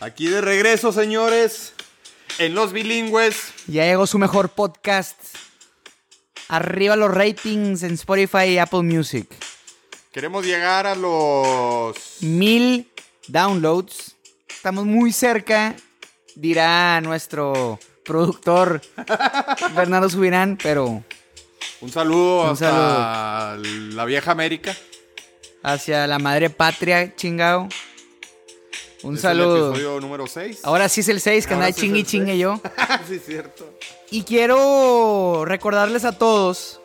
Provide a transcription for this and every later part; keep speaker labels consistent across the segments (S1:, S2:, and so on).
S1: Aquí de regreso, señores, en Los Bilingües.
S2: Ya llegó su mejor podcast. Arriba los ratings en Spotify y Apple Music.
S1: Queremos llegar a los...
S2: Mil downloads. Estamos muy cerca, dirá nuestro productor Bernardo Subirán, pero
S1: Un saludo
S2: Un
S1: hasta la vieja América.
S2: hacia la madre patria, chingado. Un
S1: Es El
S2: saludo.
S1: episodio número 6.
S2: Ahora sí es el 6, que
S1: Ahora
S2: andaba
S1: sí es
S2: chingue y
S1: el
S2: chingue
S1: seis.
S2: yo.
S1: sí, es cierto.
S2: Y quiero recordarles a todos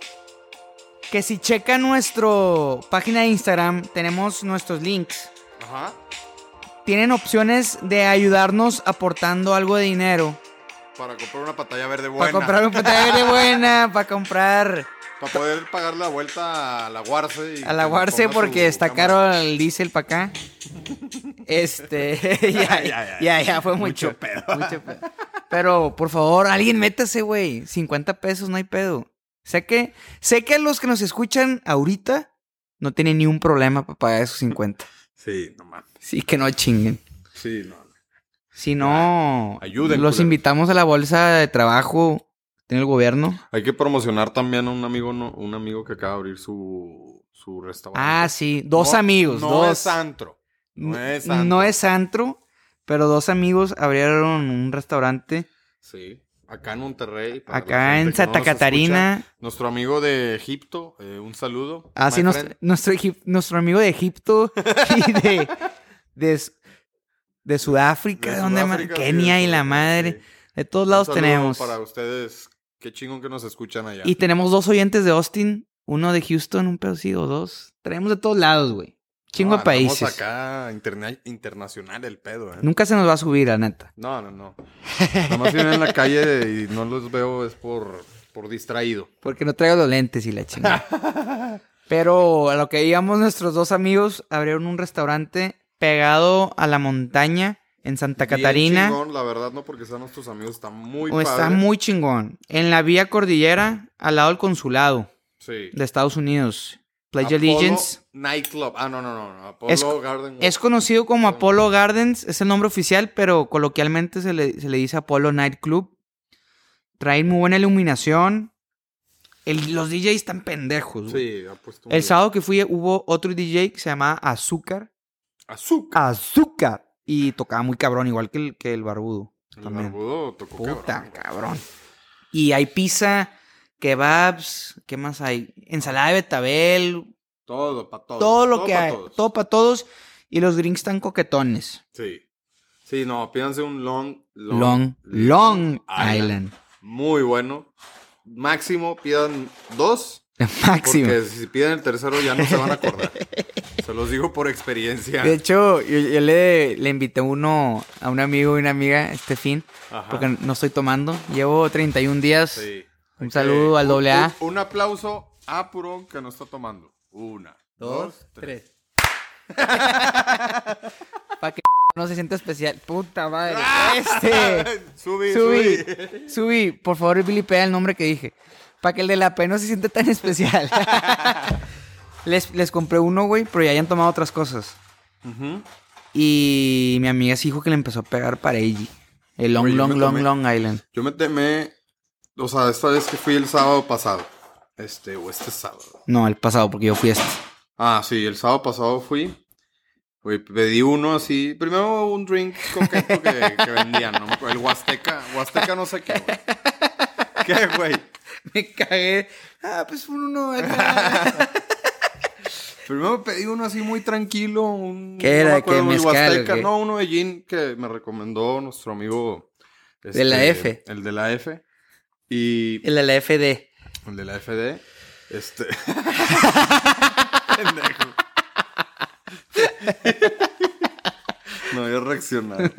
S2: que si checan nuestra página de Instagram, tenemos nuestros links.
S1: Ajá.
S2: Tienen opciones de ayudarnos aportando algo de dinero.
S1: Para comprar una pantalla verde buena.
S2: Para comprar una pantalla verde buena, para comprar
S1: Para poder pagar la vuelta a la Warse. y
S2: a la
S1: que
S2: Warse
S1: ponga
S2: porque
S1: su
S2: está
S1: cámara.
S2: caro el diésel para acá. Este, ya,
S1: Ya, ya,
S2: ya,
S1: ya.
S2: ya, fue mucho.
S1: Mucho pedo.
S2: mucho pedo. Pero, por favor, alguien métase, güey. 50 pesos, no hay pedo. Sé que, sé que los que nos escuchan ahorita no tienen ni un problema para pagar esos 50.
S1: Sí, no mames.
S2: Sí, que no chinguen.
S1: Sí, no.
S2: Si no,
S1: Ah, Ayuden,
S2: los
S1: culeros.
S2: invitamos a la bolsa de trabajo en el gobierno.
S1: Hay que promocionar también a un amigo, no- un amigo que acaba de abrir su, su restaurante.
S2: Ah, sí, dos
S1: No-
S2: amigos,
S1: no
S2: dos.
S1: es antro. No
S2: N-
S1: es antro.
S2: no es antro, pero dos amigos abrieron un restaurante
S1: Sí. Acá en Monterrey. para la
S2: acá
S1: gente
S2: en
S1: que no
S2: Santa
S1: nos
S2: Catarina.
S1: escucha. nuestro amigo de Egipto, eh, un saludo.
S2: Así
S1: my
S2: nos-
S1: friend.
S2: nuestro, egip- nuestro amigo de Egipto y de, de, Su- de Sudáfrica,
S1: De
S2: ¿dónde más?
S1: Sudáfrica, sí,
S2: Kenia
S1: de
S2: y la
S1: Sudáfrica,
S2: madre.
S1: sí.
S2: De todos
S1: Un
S2: lados
S1: saludo
S2: tenemos.
S1: Para ustedes, qué chingón que nos escuchan allá.
S2: Y tenemos dos oyentes de Austin, uno de Houston, un pedo sí, o dos. Tenemos de todos lados, güey. Chingo
S1: No,
S2: de países.
S1: Estamos acá interna- internacional el pedo, ¿eh?
S2: Nunca se nos va a subir, la neta.
S1: No, no, no. Nada más viven en la calle y no los veo es por, por distraído.
S2: Porque no traigo los lentes y la chingada. Pero a lo que íbamos, nuestros dos amigos abrieron un restaurante pegado a la montaña en Santa
S1: Bien
S2: Catarina.
S1: chingón, la verdad, no porque sean nuestros amigos, está muy
S2: O
S1: padre.
S2: está muy chingón. En la vía cordillera, al lado del consulado
S1: Sí.
S2: de Estados Unidos. Pledge
S1: Apollo
S2: Allegiance.
S1: Nightclub. Ah, no, no, no. no. Apollo
S2: Es co-
S1: Garden.
S2: Es conocido como Apollo Gardens, es el nombre oficial, pero coloquialmente se le, se le dice Apollo Night Club. Traen muy buena iluminación. El- los DJs están pendejos. güey.
S1: Sí, ha puesto un-
S2: El sábado que fui hubo otro DJ que se llamaba Azúcar.
S1: Azúcar.
S2: Azúcar. Y tocaba muy cabrón, igual que el, que el barbudo.
S1: El
S2: Ah, también.
S1: barbudo tocó
S2: Puta,
S1: cabrón.
S2: cabrón. Y hay pizza, kebabs, ¿qué más hay? Ensalada de betabel,
S1: Todo, para todos.
S2: todo lo que
S1: pa'
S2: hay,
S1: todos.
S2: todo para todos. Y los drinks están coquetones.
S1: Sí. Sí, no, pídanse un long, long,
S2: Long, Long Island.
S1: Muy bueno. Máximo, pidan dos.
S2: Máximo.
S1: Porque si piden el tercero ya no se van a acordar. se los digo por experiencia.
S2: De hecho, yo, yo le, le invité uno a un amigo y una amiga, este fin,
S1: Ajá.
S2: porque no estoy tomando. Llevo 31 días.
S1: Sí.
S2: Un saludo al
S1: Un-
S2: doble A.
S1: Un, un aplauso a Purón que no está tomando. Una, dos, tres.
S2: para que no se sienta especial. Puta madre. Este.
S1: subí, subí.
S2: Subí, subí, por favor, vilipea el nombre que dije. Para que el de la P no se sienta tan especial. les, les compré uno, güey, pero ya hayan tomado otras cosas.
S1: Ujú.
S2: Y mi amiga sí dijo que le empezó a pegar para ella. El Long,
S1: Oye, yo
S2: Long,
S1: me
S2: Long,
S1: tomé-
S2: Long Island.
S1: Yo me temé, o sea, esta vez que fui el sábado pasado. Este, o este sábado.
S2: No, el pasado, porque yo fui este.
S1: Ah, sí, el sábado pasado fui. Güey, pedí uno así. Primero un drink coqueto que, que vendían, ¿no? me acuerdo, El Huasteca. Huasteca no sé qué, güey. ¿Qué, güey?
S2: Me cagué. Ah, pues fue uno. acá.
S1: Primero pedí uno así muy tranquilo. Un,
S2: ¿Qué era?
S1: me acuerdo,
S2: ¿Que
S1: el
S2: mezcal o
S1: Huasteca,
S2: qué?
S1: No, uno de gin que me recomendó nuestro amigo.
S2: De la
S1: este,
S2: F.
S1: El de la F. Y
S2: el de la FD.
S1: El de la FD. Este. Pendejo. no había reaccionado.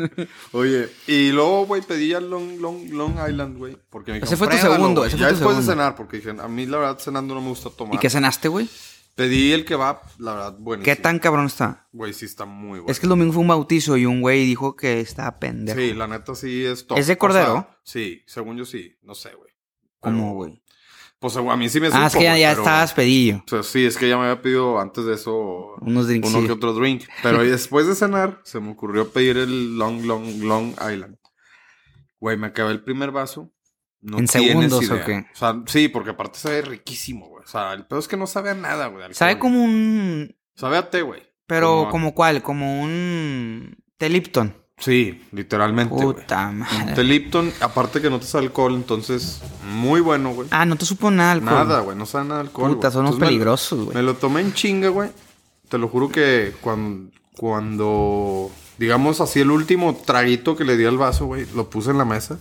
S1: Oye, y luego, güey, pedí ya Long, Long, Long Island, güey. Porque me
S2: Ese
S1: dijeron,
S2: fue tu
S1: "Pruébalo,
S2: segundo,
S1: güey".
S2: ese
S1: Ya
S2: fue tu
S1: después
S2: segundo.
S1: de cenar, porque dije, a mí la verdad cenando no me gusta tomar.
S2: ¿Y qué cenaste, güey?
S1: Pedí el kebab, la verdad, buenísimo.
S2: ¿Qué tan cabrón está?
S1: Güey, sí está muy bueno.
S2: Es que el domingo fue un bautizo y un güey dijo que estaba pendejo.
S1: Sí, la neta sí es top.
S2: ¿Es de
S1: O sea,
S2: cordero?
S1: sí, según yo sí. No sé, güey.
S2: ¿Cómo,
S1: Pero-
S2: güey?
S1: Pues a mí sí me supo.
S2: Ah, es que ya,
S1: güey,
S2: ya
S1: pero-
S2: estabas pedillo.
S1: O sea, sí, es que ya me había pedido antes de eso
S2: Unos drinks.
S1: uno
S2: sí.
S1: que otro drink. Pero después de cenar, se me ocurrió pedir el Long, Long, Long Island. Güey, me acabé el primer vaso. No
S2: ¿En
S1: tienes
S2: segundos o
S1: idea.
S2: qué?
S1: O sea, sí, porque aparte sabe riquísimo, güey. O sea, el pedo es que no sabe a nada, güey. de
S2: Sabe
S1: alcohol.
S2: como un.
S1: Sabe a té, güey.
S2: Pero,
S1: Como-
S2: ¿como cuál? Como un. Té Lipton.
S1: Sí, literalmente, güey.
S2: Puta
S1: Un
S2: madre.
S1: té Lipton, aparte que no te sale alcohol, entonces, muy bueno, güey.
S2: Ah, no te supo nada alcohol.
S1: Nada, güey, no sabe nada de alcohol.
S2: Puta,
S1: güey.
S2: son unos
S1: Entonces me-
S2: peligrosos,
S1: Me
S2: güey.
S1: lo tomé en chinga, güey. Te lo juro que cuando, cuando, digamos así, el último traguito que le di al vaso, güey, lo puse en la mesa.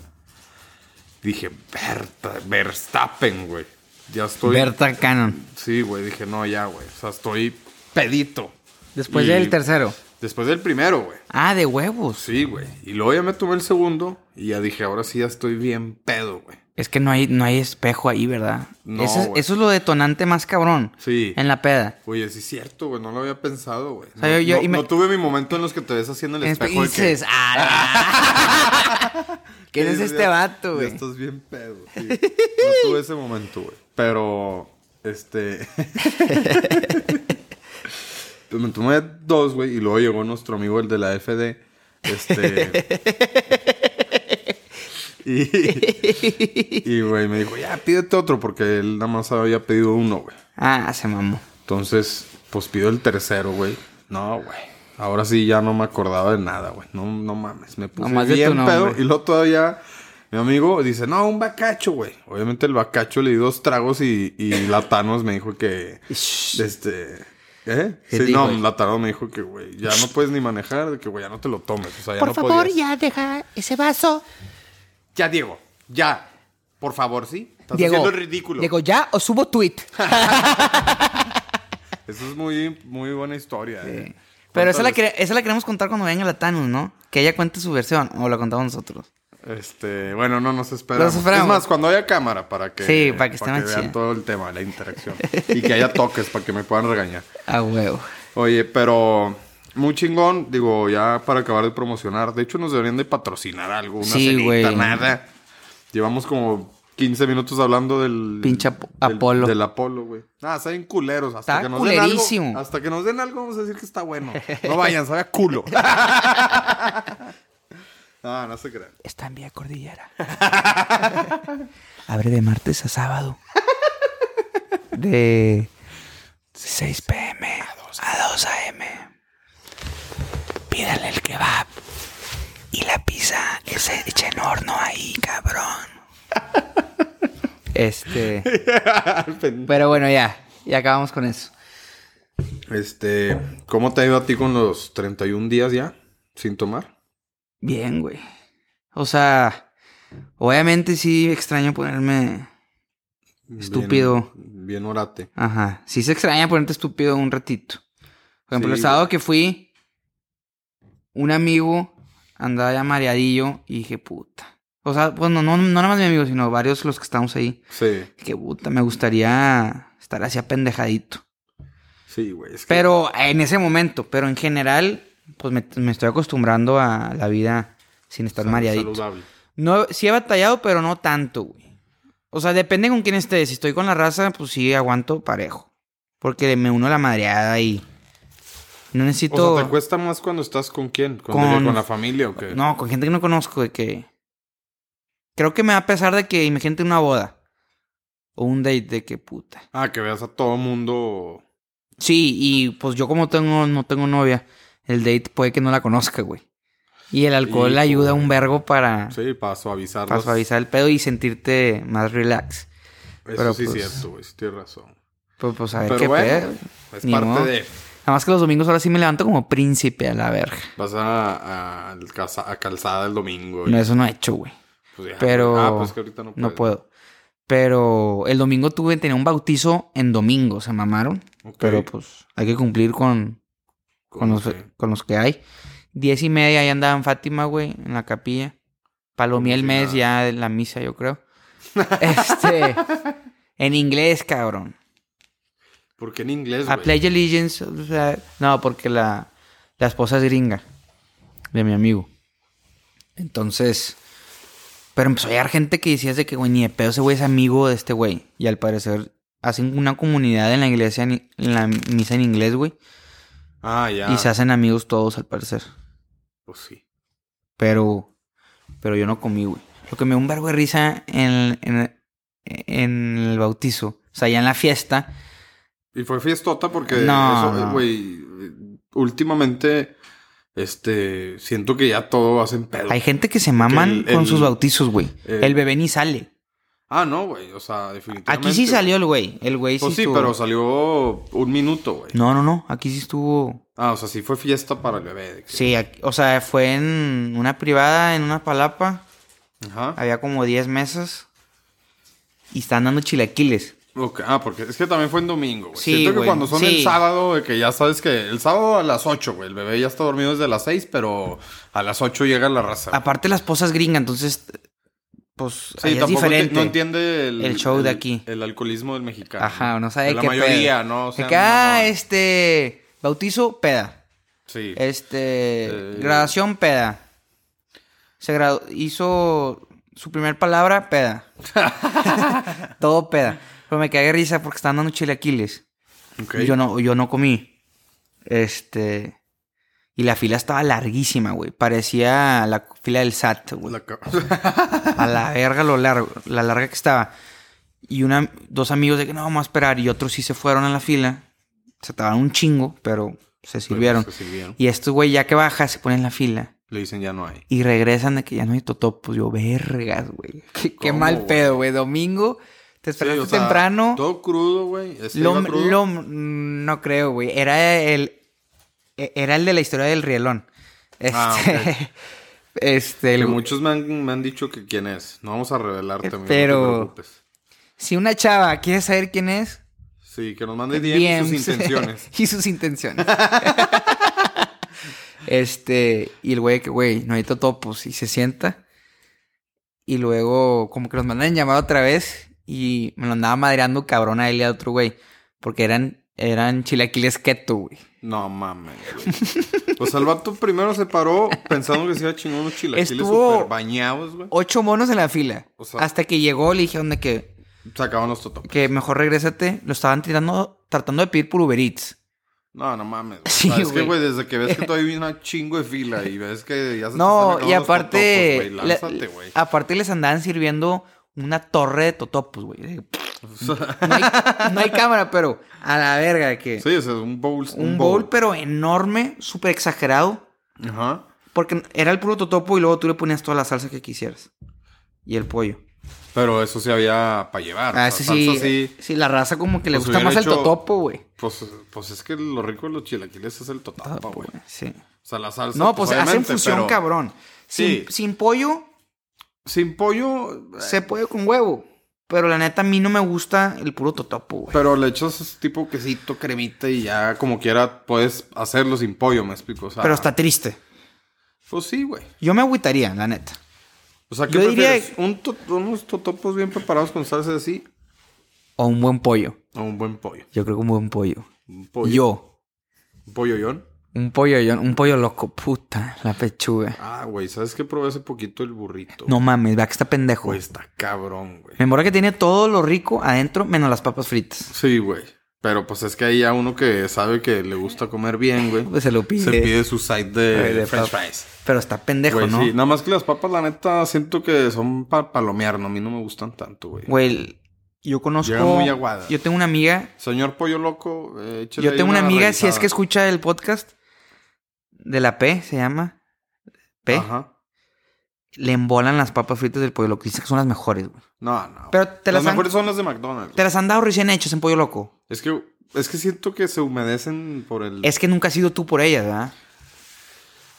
S1: Dije, Berta, Verstappen, güey. Ya estoy.
S2: Berta Cannon.
S1: sí, güey, dije, no, ya, güey. O sea, estoy pedito.
S2: Después
S1: Y-
S2: del tercero.
S1: Después del primero, güey.
S2: Ah, de huevos.
S1: Sí, güey. Y luego ya me tomé el segundo y ya dije, ahora sí ya estoy bien pedo, güey.
S2: Es que no hay, no hay espejo ahí, ¿verdad?
S1: No,
S2: eso, es,
S1: güey.
S2: eso es lo detonante más cabrón.
S1: Sí.
S2: En la peda.
S1: Oye, sí es cierto, güey. No lo había pensado, güey.
S2: O sea,
S1: no,
S2: yo- yo-
S1: no-
S2: y me-
S1: no tuve mi momento en los que te ves haciendo el
S2: En
S1: espejo.
S2: espe-
S1: de
S2: Este, y
S1: que-
S2: dices, "Ah, la-". ¿Quién es
S1: Sí,
S2: este
S1: ya-
S2: vato,
S1: ya
S2: güey?
S1: Estás bien pedo. sí. No tuve ese momento, güey. Pero, este. pues me tomé dos, güey. Y luego llegó nuestro amigo, el de la FD. Este. y, y, güey, me dijo, ya pídete otro, porque él nada más había pedido uno, güey.
S2: Ah, se mamó.
S1: Entonces, pues pido el tercero, güey. No, güey. Ahora sí ya no me acordaba de nada, güey. No, no mames. Me puse
S2: Nomás de tu
S1: bien
S2: nombre.
S1: pedo. Y luego todavía mi amigo dice, no, un bacacho, güey. Obviamente el bacacho le di dos tragos y, y Latanos me dijo que... este... ¿Eh?
S2: ¿Qué
S1: Sí,
S2: te
S1: no,
S2: dijo?
S1: Latanos me dijo que, güey, ya no puedes ni manejar. De que, güey, ya no te lo tomes. O sea, ya
S3: Por
S1: no
S3: favor,
S1: podías.
S3: ya deja Ah, ese vaso.
S1: Ya, Diego. Ya. Por favor, ¿sí? Estás haciendo el ridículo.
S3: Diego, ya o subo tweet.
S1: Eso es muy, muy buena historia, eh.
S2: Pero esa la,
S1: Cuéntales.
S2: quere- esa la queremos contar cuando venga la Thanos, ¿no? Que ella cuente su versión. O la contamos nosotros.
S1: Este, bueno, no nos esperamos.
S2: Los esperamos.
S1: Es más, cuando haya cámara para que,
S2: Sí, para que esté más
S1: vean
S2: chida.
S1: todo el tema, la interacción. y que haya toques para que me puedan regañar.
S2: A huevo.
S1: Oye, pero muy chingón, digo, ya para acabar de promocionar. De hecho, nos deberían de patrocinar algo, una
S2: Sí,
S1: cenita,
S2: güey.
S1: nada. Llevamos como 15 minutos hablando del
S2: Pinche Apo-
S1: del-
S2: Apolo.
S1: Del Apolo, güey. Ah, saben culeros. Hasta
S2: Está
S1: que nos den
S2: culerísimo.
S1: algo. Hasta que nos den algo, vamos a decir que está bueno. No vayan, sabe a culo. no, no se crean.
S2: Está en Vía Cordillera. Abre de martes a sábado. De 6 pm a 2 am. Pídale el kebab. Y la pizza que se echa en horno ahí, cabrón. Este. Pero bueno, ya. Ya acabamos con eso.
S1: Este, ¿cómo te ha ido a ti con los 31 días ya sin tomar?
S2: Bien, güey. O sea, obviamente sí extraño ponerme. Estúpido.
S1: Bien, bien orate.
S2: Ajá. Sí se extraña ponerte estúpido un ratito. Por ejemplo,
S1: Sí,
S2: el sábado que fui, un amigo andaba ya mareadillo y dije, puta. O sea, pues no, no, no nada más mi amigo, sino varios los que estábamos ahí.
S1: Sí,
S2: Dije, puta, me gustaría estar así apendejadito.
S1: sí, güey. es que-
S2: Pero en ese momento, pero en general, pues me, me estoy acostumbrando a la vida sin estar
S1: sal-
S2: mareadito.
S1: saludable.
S2: No, sí he batallado, pero no tanto, güey. O sea, depende con quién esté. Si estoy con la raza, pues sí aguanto parejo. Porque me uno a la madreada y. No
S1: O
S2: necesito.
S1: sea, ¿te cuesta más cuando estás con quién? ¿Con, de que
S2: Con-
S1: con la familia o qué?
S2: no, con gente que no conozco, de que. Creo que me va a pesar de que imagínate una boda. O un date de que puta.
S1: Ah, que veas a todo mundo.
S2: Sí, y pues yo como tengo, no tengo novia, el date puede que no la conozca, güey. Y el alcohol
S1: Hijo,
S2: ayuda
S1: güey.
S2: un vergo para,
S1: Sí, para suavizarlos.
S2: para suavizar el pedo y sentirte más relax.
S1: Eso
S2: pero
S1: sí
S2: pues-
S1: es cierto, güey. sí Tienes razón.
S2: Pues, pues a ver qué
S1: Pero bueno,
S2: pedo.
S1: güey, es
S2: Ni
S1: parte
S2: modo.
S1: de.
S2: Nada más que los domingos ahora sí me levanto como príncipe a la verga.
S1: Vas a, a- al caza- a calzada el domingo. y-
S2: No, eso no he hecho, güey.
S1: pues ya,
S2: Pero.
S1: Ah, pues que ahorita no,
S2: No
S1: puedes.
S2: puedo. Pero el domingo tuve, tenía un bautizo en domingo, se mamaron.
S1: Ok,
S2: Pero pues hay que cumplir con, con, los,
S1: ok.
S2: con los que hay. Diez y media ahí andaba en Fátima, güey, en la capilla.
S1: Como
S2: Palomía el
S1: si
S2: mes
S1: nada.
S2: ya de la misa, yo creo. este. En inglés, cabrón.
S1: ¿Por qué en inglés,
S2: A
S1: Pues, güey?
S2: Pledge Allegiance. o sea, no, porque la, la esposa es gringa de mi amigo. Entonces, Pero empezó a llegar gente que decía de que, güey, ni de pedo ese güey es amigo de este güey. Y al parecer hacen una comunidad en la iglesia, en en la misa en inglés, güey.
S1: Ah, ya.
S2: Y se hacen amigos todos, al parecer.
S1: Pues sí.
S2: Pero, pero yo no comí, güey. Lo que me dio un vergo de risa en, en- en el bautizo, o sea, ya en la fiesta,
S1: Y fue fiestota porque
S2: No,
S1: eso,
S2: no.
S1: güey, últimamente este siento que ya todo hacen pedo.
S2: hay gente que se maman
S1: Que el-
S2: con
S1: el- eh,
S2: sus bautizos, güey.
S1: el-
S2: el bebé ni sale.
S1: Ah, no, güey, o sea, definitivamente.
S2: Aquí sí salió el güey. El güey sí
S1: Pues sí,
S2: estuvo.
S1: pero salió un minuto, güey.
S2: No, no, no. Aquí sí estuvo.
S1: Ah, o sea, sí fue fiesta para el bebé. de que-
S2: Sí, aquí- o sea, fue en una privada, en una palapa.
S1: Ajá.
S2: Había como 10 mesas. Y están dando chilaquiles.
S1: Ok, Ah, porque es que también fue en domingo, güey.
S2: Sí,
S1: Siento que
S2: güey,
S1: cuando son
S2: sí.
S1: el sábado, de que ya sabes que el sábado a las 8, güey, el bebé ya está dormido desde las 6, pero a las 8 llega la raza. güey.
S2: Aparte, la esposa es gringa, entonces. Pues.
S1: Sí,
S2: ahí es
S1: tampoco enti-
S2: diferente.
S1: no entiende el,
S2: el show de aquí.
S1: El alcoholismo del mexicano.
S2: Ajá, no sabe
S1: la
S2: qué
S1: La mayoría,
S2: pedo.
S1: ¿no? O sea,
S2: De que, ah,
S1: no-
S2: este. Bautizo, peda.
S1: Sí.
S2: Este.
S1: Eh,
S2: graduación, peda. Se gradu- hizo su primer palabra, peda. Todo peda. Pero me cagué de risa porque estaban dando chilaquiles.
S1: Ok.
S2: Y Yo no, yo no comí. Este. Y la fila estaba larguísima, güey. Parecía la fila del SAT, güey.
S1: La ca-
S2: A la verga lo largo, la larga que estaba. Y una, dos amigos de que no vamos a esperar. Y otros sí se fueron a la fila. Se tardaron un chingo, pero se sirvieron.
S1: Se sirvieron.
S2: Y estos, güey, ya que baja, se ponen en la fila.
S1: Le dicen ya no hay.
S2: Y regresan de que ya no hay totopos. Yo, vergas, güey. Qué, qué
S1: ¿Cómo,
S2: mal
S1: güey?
S2: pedo, güey. Domingo, te
S1: Sí,
S2: esperaste
S1: o sea,
S2: temprano.
S1: Todo crudo, güey. Este
S2: Lo,
S1: iba crudo.
S2: lo- no creo, güey. Era el, e- era el de la historia del rielón. Este,
S1: Ah,
S2: este, el-
S1: Que muchos me han, me han dicho que quién es. No vamos a revelarte, amigo,
S2: Pero-
S1: No te preocupes.
S2: si una chava quiere saber quién es,
S1: Sí, que nos mande bien sus
S2: DMs.
S1: intenciones.
S2: y sus intenciones. este, y el güey que, güey, no hay totopos. Y se sienta. Y luego, como que los mandan llamar otra vez. Y me lo andaba madreando cabrón a él y a otro güey. Porque eran, eran chilaquiles keto, güey.
S1: No mames, güey. O sea, el vato primero se paró pensando que se iba a chingar unos chilaquiles
S2: Estuvo-
S1: super bañados, güey.
S2: ocho monos en la fila.
S1: O sea-
S2: hasta que llegó, le dije "Onda, que,
S1: Sacaban los totopos.
S2: que mejor regrésate. Lo estaban tirando, tratando de pedir por Uber Eats.
S1: No, no mames. güey.
S2: Sí,
S1: Ah, es que,
S2: güey.
S1: güey, desde que ves que todavía hay una chingo de fila y ves que ya se te están
S2: No,
S1: acabando
S2: y
S1: los
S2: aparte.
S1: totopos, güey,
S2: la- ah,
S1: lánzate, güey.
S2: aparte les andaban sirviendo una torre de totopos, güey. No hay, no hay cámara, pero a la verga que.
S1: Sí, o sea, un bowl.
S2: un, bowl, pero enorme, súper exagerado.
S1: Ajá.
S2: Porque era el puro totopo y luego tú le ponías toda la salsa que quisieras. Y el pollo.
S1: Pero eso sí había para llevar.
S2: Ah,
S1: o sea,
S2: ese sí,
S1: salsa así,
S2: sí, la raza como que le
S1: Pues
S2: gusta
S1: hubiera
S2: más el
S1: hecho-
S2: totopo, güey.
S1: Pues, pues es que lo rico de los chilaquiles es el totapa, güey.
S2: pues, Sí.
S1: O sea, la salsa.
S2: Ah, No, pues hacen
S1: obviamente,
S2: fusión,
S1: pero
S2: cabrón. Sin,
S1: Sí.
S2: sin pollo
S1: Sin pollo. eh,
S2: se puede con huevo. Pero la neta, a mí no me gusta el puro totopo, güey.
S1: Pero le echas ese tipo quesito, cremita y ya como quiera puedes hacerlo sin pollo, me explico. O sea,
S2: Pero está triste.
S1: Pues sí, güey.
S2: Yo me agüitaría, la neta.
S1: O sea, ¿qué
S2: Yo diría-
S1: prefieres? ¿Un to- unos totopos bien preparados con salsa así
S2: O un buen pollo.
S1: o un buen pollo?
S2: Yo creo que un buen pollo.
S1: Un pollo.
S2: Yo.
S1: ¿Un polloyón?
S2: Un pollo, yo- un pollo loco. Puta, la pechuga.
S1: Ah, güey, ¿sabes qué? Probé hace poquito el burrito.
S2: No mames, vea que está pendejo.
S1: Güey, está cabrón, güey.
S2: Me mola que tiene todo lo rico adentro, menos las papas fritas.
S1: Sí, güey. Pero pues es que ahí ya uno que sabe que le gusta comer bien, güey.
S2: Pues se lo pide.
S1: Se pide su side de,
S2: Ay, de
S1: french
S2: pap-
S1: fries.
S2: Pero está pendejo,
S1: Güey,
S2: ¿no?
S1: sí. Nada más que las papas, la neta, siento que son para palomear, ¿no? A mí no me gustan tanto, güey.
S2: Güey, yo conozco.
S1: Llegan muy aguadas.
S2: Yo tengo una amiga
S1: Señor Pollo Loco, eh, échale
S2: Yo
S1: ahí
S2: tengo una amiga, si es
S1: revisada.
S2: que escucha el podcast, de la P, se llama. P.
S1: Ajá.
S2: Le embolan las papas fritas del pollo loco. Dice que son las mejores, güey.
S1: No, no.
S2: Pero te las
S1: las
S2: han-
S1: mejores son las de McDonald's.
S2: Te las han dado recién hechas en pollo loco.
S1: Es que es que siento que se humedecen por el.
S2: Es que nunca has ido tú por ellas, ¿verdad?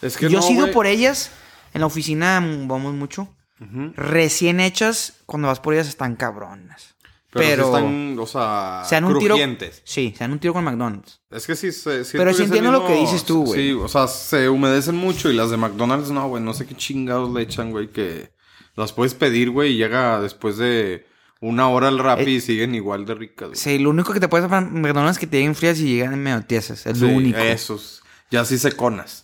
S1: Es que
S2: Yo he
S1: no,
S2: sido
S1: güey.
S2: por ellas. En la oficina mm, vamos mucho.
S1: Ujú.
S2: Recién hechas, cuando vas por ellas están cabronas.
S1: Pero, sí
S2: Pero.
S1: están, o sea,
S2: se dan un tiro.
S1: crujientes.
S2: Sí, se dan un tiro con McDonald's.
S1: Es que sí, se, siento
S2: Pero sí
S1: que es el
S2: entiendo lo que dices tú, güey.
S1: Sí, o sea, se humedecen mucho y las de McDonald's no, güey. No sé qué chingados le echan, güey, que las puedes pedir, güey, y llega después de una hora al rap y siguen igual de ricas, güey.
S2: Eh, Sí, lo único que te puedes hacer en McDonald's es que te lleguen frías y llegan medio tiesas. Es lo
S1: Sí,
S2: único.
S1: Esos. Ya sí seconas.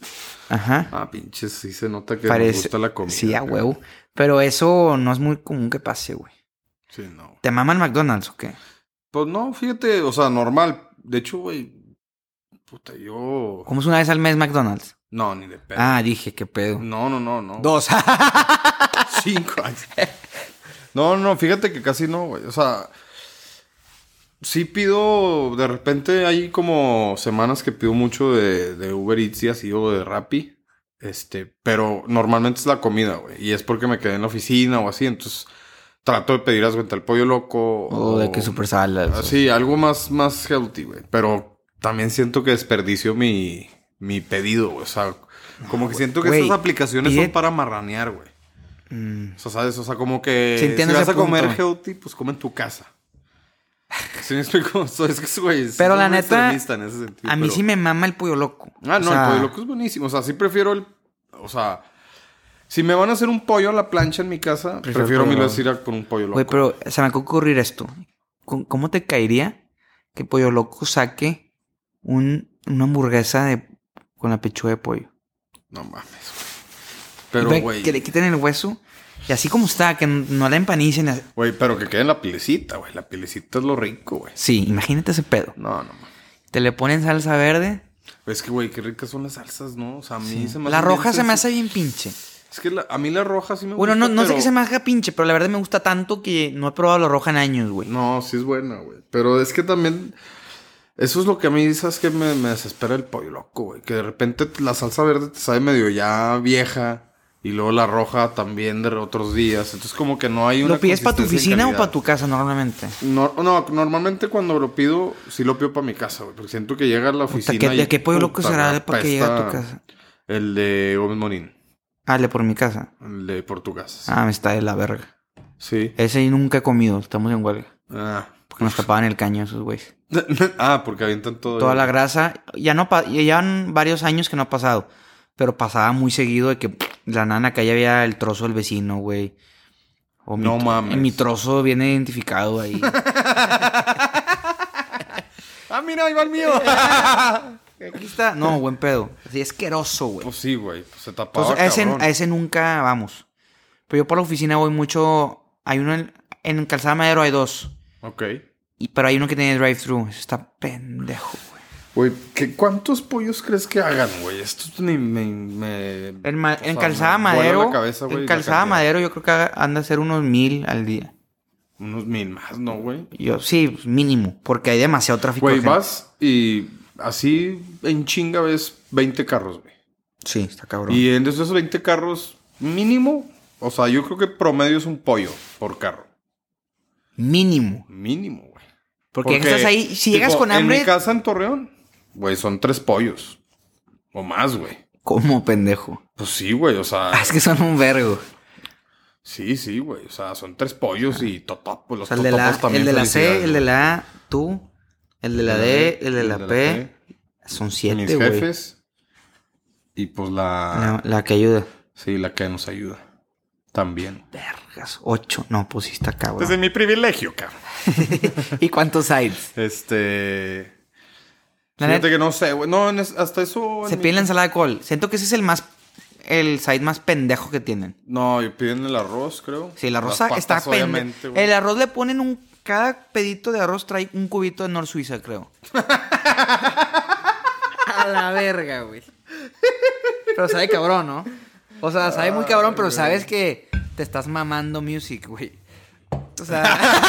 S2: Ajá.
S1: Ah, pinches, sí se nota que
S2: Parece-
S1: les gusta la comida.
S2: Sí, a
S1: güey.
S2: huevo. Pero eso no es muy común que pase, güey.
S1: Sí, no.
S2: ¿Te maman McDonald's o qué?
S1: Pues no, fíjate, o sea, normal. De hecho, güey, puta, yo...
S2: ¿Cómo es una vez al mes McDonald's?
S1: No, ni de pedo.
S2: Ah, dije, qué pedo.
S1: No, no, no, no.
S3: Dos.
S1: Cinco. No, no, fíjate que casi no, güey. O sea, sí pido, de repente hay como semanas que pido mucho de, de Uber Eats y así o de Rappi. Este, pero normalmente es la comida, güey. Y es porque me quedé en la oficina o así. Entonces trato de pedir, haz cuenta, el pollo loco. ah,
S2: O Oh, de que super salas.
S1: Sí, algo más, más healthy, güey. Pero también siento que desperdicio mi, mi pedido, güey. O sea, como que siento que
S2: Ah, güey,
S1: estas aplicaciones
S2: pide-
S1: son para marranear, güey.
S2: Mm,
S1: O sea, ¿sabes? O sea, como que
S2: Sí, entiendo
S1: si vas
S2: ese
S1: a comer
S2: punto.
S1: healthy, pues come en tu casa. ¿Sí me explico? O sea, es que, güey, sí
S2: Pero
S1: soy
S2: la
S1: muy
S2: neta,
S1: extremista en ese sentido,
S2: A mí
S1: pero-
S2: sí me mama el pollo loco.
S1: Ah,
S2: O
S1: no,
S2: sea,
S1: el pollo loco es buenísimo. O sea, sí prefiero el... O sea, si me van a hacer un pollo a la plancha en mi casa,
S2: Prefiero el
S1: prefiero, mil
S2: pollo
S1: veces ir a por un pollo loco.
S2: Güey, pero se me acaba de ocurrir esto. ¿Cómo- ¿Cómo te caería que Pollo Loco saque un, una hamburguesa de, con la pechuga de pollo?
S1: No mames, güey.
S2: Ve-
S1: Pero, güey...
S2: Que le quiten el hueso y así como está, que n- no la empanicen. así-
S1: Güey, pero que quede en la pielecita, güey. La pielecita es lo rico, güey.
S2: Sí, imagínate ese pedo.
S1: No, no, mames.
S2: Te le ponen salsa verde.
S1: Es que, güey, qué ricas son las salsas, ¿no? O sea, a mí se me
S2: La
S1: hacen
S2: roja
S1: bien
S2: se me
S1: sensi-
S2: hace bien pinche.
S1: Es que la- a mí la roja sí me
S2: Bueno, no,
S1: gusta,
S2: no sé
S1: pero-
S2: que se me haga pinche, pero la verdad me gusta tanto que no he probado la roja en años, güey.
S1: No, sí es buena, güey. Pero es que también. Eso es lo que a mí, ¿sabes que Me, me desespera el pollo loco, güey. Que de repente la salsa verde te sabe medio ya vieja. Y luego la roja también de otros días. Entonces, como que no hay una.
S2: ¿Lo pides para tu
S1: consistencia en
S2: oficina o
S1: calidad.
S2: para tu casa normalmente?
S1: No, no, normalmente cuando lo pido, sí lo pido para mi casa, güey. Porque siento que llega a la
S2: Puta,
S1: oficina.
S2: ¿qué-
S1: y,
S2: ¿De qué pollo loco
S1: puta,
S2: será
S1: me
S2: de para que llegue a tu
S1: apesta
S2: casa?
S1: El de Gómez Morín.
S2: Ah, el de por mi casa.
S1: El de Portugas.
S2: Ah, me está de la verga.
S1: Sí.
S2: Ese nunca he comido, estamos en huelga.
S1: Ah.
S2: Porque nos tapaban el caño esos güeyes.
S1: ah, porque avientan todo.
S2: Toda
S1: el-
S2: la grasa, ya no pa- ya llevan varios años que no ha pasado, pero pasaba muy seguido de que la nana que ya había el trozo del vecino, güey. O mi
S1: No
S2: tro-
S1: mames.
S2: Mi trozo viene identificado ahí.
S1: Ah, mira, ahí va el mío.
S2: Aquí está. No, buen pedo. Así asqueroso, güey.
S1: Pues sí, güey. pues se tapaba,
S2: Entonces, a ese,
S1: cabrón.
S2: a ese nunca vamos. Pero yo por la oficina voy mucho. Hay uno en, en Calzada Madero, hay dos.
S1: Ok.
S2: Y, pero hay uno que tiene drive-thru. Eso está pendejo, güey.
S1: Güey, ¿qué- ¿cuántos pollos crees que hagan, güey? Esto ni me... me-
S2: En, ma-
S1: o sea,
S2: en Calzada
S1: me vuela
S2: Madero.
S1: la cabeza, güey,
S2: en
S1: la
S2: Calzada
S1: cantidad.
S2: Madero, yo creo que haga- anda a ser unos mil al día.
S1: Unos mil más, ¿no, güey?
S2: Yo, sí, pues, mínimo. Porque hay demasiado tráfico. de
S1: Güey,
S2: gente.
S1: vas y así en chinga ves 20 carros, güey.
S2: Sí, está cabrón.
S1: Y en esos 20 carros mínimo, o sea, yo creo que promedio es un pollo por carro.
S2: Mínimo.
S1: Mínimo, güey.
S2: Porque, estás ahí. Si llegas
S1: tipo,
S2: con
S1: En
S2: hambre,
S1: mi casa en Torreón, güey, son tres pollos. O más, güey.
S2: como pendejo.
S1: Pues sí, güey, o sea...
S2: Ah, Es que son un vergo.
S1: Sí, sí, güey. O sea, son tres pollos y totopos.
S2: O
S1: Los
S2: sea, el de la,
S1: totopos también
S2: el de la
S1: felicidades,
S2: C, el de
S1: güey.
S2: la A, tú, el de la D, el de la P. Son
S1: Mis
S2: siete, güey.
S1: jefes. Y pues la...
S2: La, la que ayuda.
S1: Sí, la que nos ayuda. También.
S2: Vergas, ocho. No, pues sí está cabrón.
S1: mi privilegio, cabrón.
S2: ¿Y cuántos hay?
S1: Este...
S2: La
S1: Fíjate
S2: neta-
S1: que no sé, güey. No, en es- hasta eso... en
S2: Se
S1: mi-
S2: pide la ensalada de col. Siento que ese es el más... El side más pendejo que tienen.
S1: No, y piden el arroz, creo.
S2: Sí, el arroz
S1: Las
S2: está
S1: papas, obviamente,
S2: pendejo.
S1: güey.
S2: El arroz le ponen un... Cada pedito de arroz trae un cubito de Nor Suiza, creo. A la verga, güey. Pero sabe cabrón, ¿no? O sea, sabe muy cabrón, pero sabes que te estás mamando music, güey. O sea...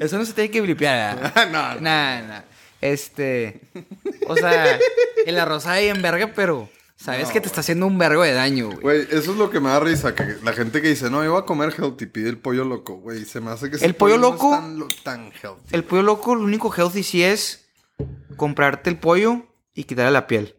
S2: Eso no se tiene que blipear. ¿verdad?
S1: no, no.
S2: Nah, nah. Este. O sea, el arroz ahí en verga, pero sabes
S1: No,
S2: que te está haciendo un vergo de daño, güey.
S1: Güey, eso es lo que me da risa. Que la gente que dice, no, yo voy a comer healthy, pide el pollo loco, güey. Se me hace que ese
S2: El pollo
S1: no es
S2: loco-
S1: tan, lo- tan healthy.
S2: El pollo loco, lo único healthy sí es comprarte el pollo y quitarle la piel.